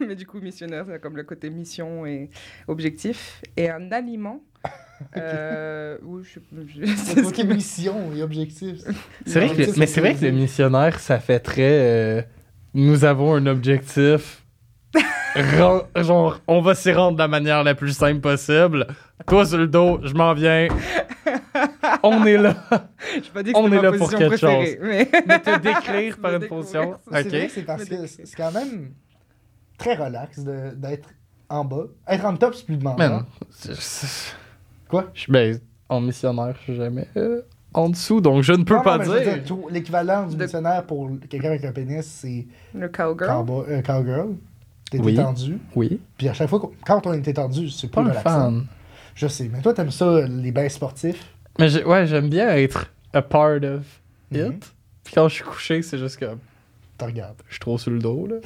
Speaker 4: Mais du coup, missionnaire, c'est comme le côté mission et objectif. Et un aliment. Euh, oui, je, je-
Speaker 2: C'est
Speaker 4: c'est ce
Speaker 2: côté
Speaker 4: qui me
Speaker 2: mission et objectif.
Speaker 1: C'est vrai que le- mais c'est vrai que le missionnaire, ça fait très. euh, nous avons un objectif. Ren- genre, on va s'y rendre de la manière la plus simple possible. Toi sur le dos, je m'en viens. On est là.
Speaker 4: Je pas dit que
Speaker 1: On
Speaker 4: c'était
Speaker 1: est
Speaker 4: ma
Speaker 1: là pour
Speaker 4: position
Speaker 1: quelque
Speaker 4: préférée, mais-
Speaker 1: Mais te décrire
Speaker 4: Me
Speaker 1: par une
Speaker 4: découvrir.
Speaker 1: fonction.
Speaker 2: C'est vrai
Speaker 1: OK.
Speaker 2: que c'est parce que c'est quand même très relax de- d'être en bas. Être en top, c'est plus demandant.
Speaker 1: Man, c'est- Ah. c'est-
Speaker 2: Quoi?
Speaker 1: Je suis ben, en missionnaire, je suis jamais euh, en dessous, donc je ne peux
Speaker 2: Non, non,
Speaker 1: pas
Speaker 2: mais je veux
Speaker 1: dire.
Speaker 2: dire, tout- L'équivalent du
Speaker 4: De-
Speaker 2: missionnaire pour quelqu'un avec un pénis, c'est
Speaker 4: Le cowgirl.
Speaker 2: cowboy- euh, cowgirl. T'es
Speaker 1: Oui.
Speaker 2: tendu.
Speaker 1: Oui,
Speaker 2: Puis à chaque fois, qu'on- quand on est tendu, c'est
Speaker 1: pas
Speaker 2: plus
Speaker 1: un
Speaker 2: relaxant.
Speaker 1: fan.
Speaker 2: Je sais, mais toi, t'aimes ça, les bains sportifs.
Speaker 1: Mais j'ai- ouais, j'aime bien être a part of it.
Speaker 2: Mhm.
Speaker 1: Puis quand je suis couché, c'est juste comme
Speaker 2: T'en regardes.
Speaker 1: je suis trop sur le dos là.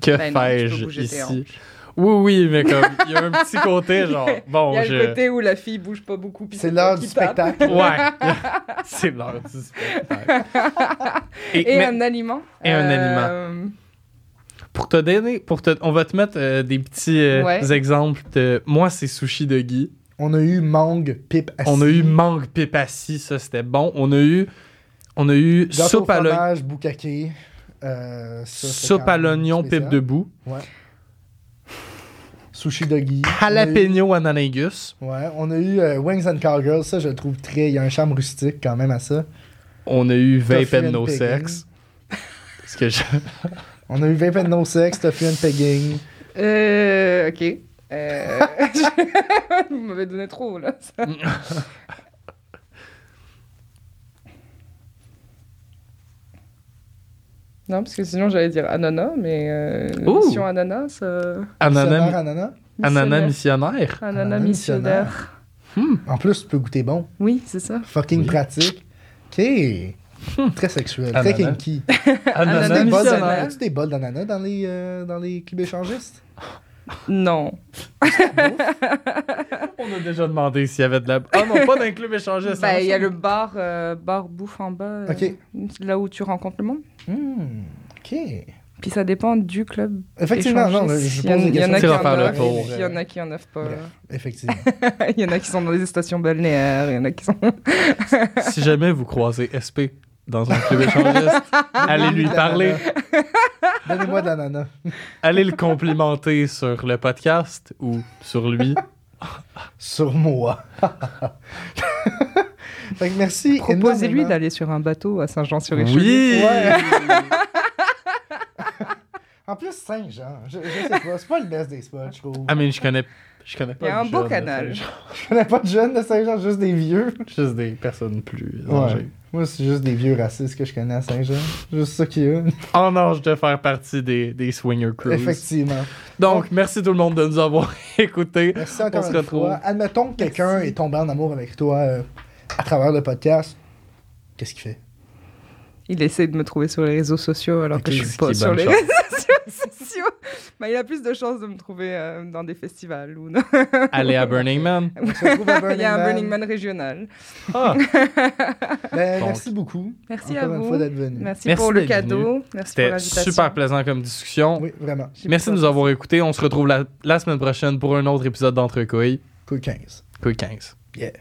Speaker 1: Que
Speaker 4: Ben non, tu peux
Speaker 1: fais-je
Speaker 4: bouger tes
Speaker 1: ici
Speaker 4: hanches.
Speaker 1: Oui, oui, mais comme il y a un petit côté genre bon,
Speaker 4: Il y a
Speaker 1: je
Speaker 4: le côté où la fille bouge pas beaucoup. puis
Speaker 2: C'est
Speaker 4: toi
Speaker 2: l'heure
Speaker 4: qui
Speaker 2: du
Speaker 4: tape.
Speaker 2: spectacle.
Speaker 1: ouais, c'est l'heure du spectacle.
Speaker 4: Et
Speaker 1: mais-
Speaker 4: un aliment.
Speaker 1: Et un
Speaker 4: aliment.
Speaker 1: pour te donner, pour te, on va te mettre euh, des petits euh,
Speaker 4: Ouais.
Speaker 1: exemples de. Moi, c'est sushi de Guy.
Speaker 2: On a eu mangue, pipe, assis.
Speaker 1: On a eu mangue pépassi, ça c'était bon. On a eu, on a eu
Speaker 2: Gâteau
Speaker 1: soupe à l'oignon,
Speaker 2: fromage, boucaquet. Euh, ça, c'est
Speaker 1: soupe
Speaker 2: quand
Speaker 1: à
Speaker 2: même
Speaker 1: l'oignon,
Speaker 2: spécial.
Speaker 1: pipe debout,
Speaker 2: Sushi doggy.
Speaker 1: jalapeno ananagus.
Speaker 2: On a eu- Ouais, on a eu euh, Wings and Cowgirls, ça je le trouve très. Il y a un charme rustique quand même à ça.
Speaker 1: On a eu vape
Speaker 2: Toffee
Speaker 1: and
Speaker 2: and
Speaker 1: no
Speaker 2: Piggin.
Speaker 1: sex. Parce que je-
Speaker 2: On a eu Vape and No Sex, Toffee and Pegging.
Speaker 4: Euh, ok. Euh, Vous m'avez donné trop, là. ça. non, parce que sinon, j'allais dire ananas, mais euh, la
Speaker 1: Ouh.
Speaker 4: mission ananas... euh,
Speaker 1: Ananas,
Speaker 2: Missionnaire ananas.
Speaker 1: ananas
Speaker 4: missionnaire.
Speaker 1: missionnaire.
Speaker 4: Ananas
Speaker 2: Ananas Ah,
Speaker 4: missionnaire.
Speaker 2: En plus, tu peux goûter bon.
Speaker 4: Oui, c'est ça.
Speaker 2: Fucking
Speaker 1: Oui.
Speaker 2: pratique. Ok. Très sexuel, très
Speaker 1: Ananas.
Speaker 2: kinky.
Speaker 1: Ananas
Speaker 2: As-tu des bols
Speaker 1: missionnaire.
Speaker 2: d'ananas- As-tu des bols d'ananas dans les, euh, dans les clubs échangistes?
Speaker 4: Non.
Speaker 1: On a déjà demandé s'il y avait de la. Ah non, pas d'un club échangiste.
Speaker 4: Bah,
Speaker 1: hein,
Speaker 4: il y a
Speaker 1: ça.
Speaker 4: le bar, euh, bar bouffe en bas,
Speaker 1: Hmm.
Speaker 4: euh,
Speaker 2: Ok.
Speaker 4: là où tu rencontres le monde.
Speaker 2: Hmm, ok.
Speaker 4: Puis ça dépend du club.
Speaker 2: Effectivement, non, je
Speaker 4: échangiste. Il y en-
Speaker 2: pose des
Speaker 4: Il y en
Speaker 2: questions.
Speaker 4: a
Speaker 1: Tu
Speaker 4: qui
Speaker 1: vas
Speaker 4: en
Speaker 1: faire le
Speaker 4: offrent,
Speaker 1: tour.
Speaker 4: il y en a qui en offrent pas.
Speaker 2: Bref, Effectivement.
Speaker 4: Il y en a qui sont dans les stations balnéaires, il y en a qui sont.
Speaker 1: Si jamais vous croisez SP dans un club échangiste, allez lui parler.
Speaker 2: Donnez-moi de l'ananas.
Speaker 1: Allez le complimenter sur le podcast ou sur lui.
Speaker 2: Sur moi. fait que merci.
Speaker 4: Proposez-lui
Speaker 2: énormément.
Speaker 4: d'aller sur un bateau à Saint-Jean-sur-Richelieu.
Speaker 1: Oui!
Speaker 2: Ouais. en plus, Saint-Jean, je, je sais pas, c'est pas le best des spots, je trouve.
Speaker 1: Ah, mais je connais, je connais pas.
Speaker 4: Il y a
Speaker 1: de
Speaker 4: un beau
Speaker 1: jeunes,
Speaker 4: canal.
Speaker 1: ça,
Speaker 2: Je connais pas de jeunes de Saint-Jean, juste des vieux.
Speaker 1: Juste des personnes plus
Speaker 2: Ouais.
Speaker 1: âgées.
Speaker 2: Moi, c'est juste des vieux racistes que je connais à Saint-Jean. Juste ça qu'il y a.
Speaker 1: En âge de faire partie des, des Swinger Crews.
Speaker 2: Effectivement.
Speaker 1: Donc, merci tout le monde de nous avoir écoutés.
Speaker 2: Merci
Speaker 1: On
Speaker 2: encore
Speaker 1: se
Speaker 2: une
Speaker 1: retrouve.
Speaker 2: fois. Admettons que quelqu'un est tombé en amour avec toi euh, à travers le podcast. Qu'est-ce qu'il fait?
Speaker 4: Il essaie de me trouver sur les réseaux sociaux alors
Speaker 1: Ok,
Speaker 4: que je
Speaker 1: ce
Speaker 4: suis
Speaker 1: qui
Speaker 4: pas
Speaker 1: est
Speaker 4: sur
Speaker 1: bonne
Speaker 4: les
Speaker 1: chance.
Speaker 4: réseaux sociaux. Mais il a plus de chances de me trouver euh, dans des festivals ou non.
Speaker 1: Allez à Burning Man.
Speaker 2: On se retrouve à
Speaker 4: il y a un Burning Man régional.
Speaker 1: Ah,
Speaker 2: Ben,
Speaker 1: Donc.
Speaker 2: merci beaucoup.
Speaker 4: Merci
Speaker 2: encore
Speaker 4: à
Speaker 2: une
Speaker 4: vous.
Speaker 2: fois d'être venu.
Speaker 4: Merci,
Speaker 1: Merci
Speaker 4: pour le
Speaker 1: d'être
Speaker 4: cadeau. Merci pour
Speaker 1: C'était
Speaker 4: l'invitation.
Speaker 1: super plaisant comme discussion.
Speaker 2: Oui, vraiment.
Speaker 4: J'ai
Speaker 1: Merci de
Speaker 4: pas-
Speaker 1: nous avoir écoutés. On se retrouve la, la semaine prochaine pour un autre épisode d'Entrecouilles.
Speaker 2: Coup 15.
Speaker 1: Couille 15.
Speaker 2: Yeah.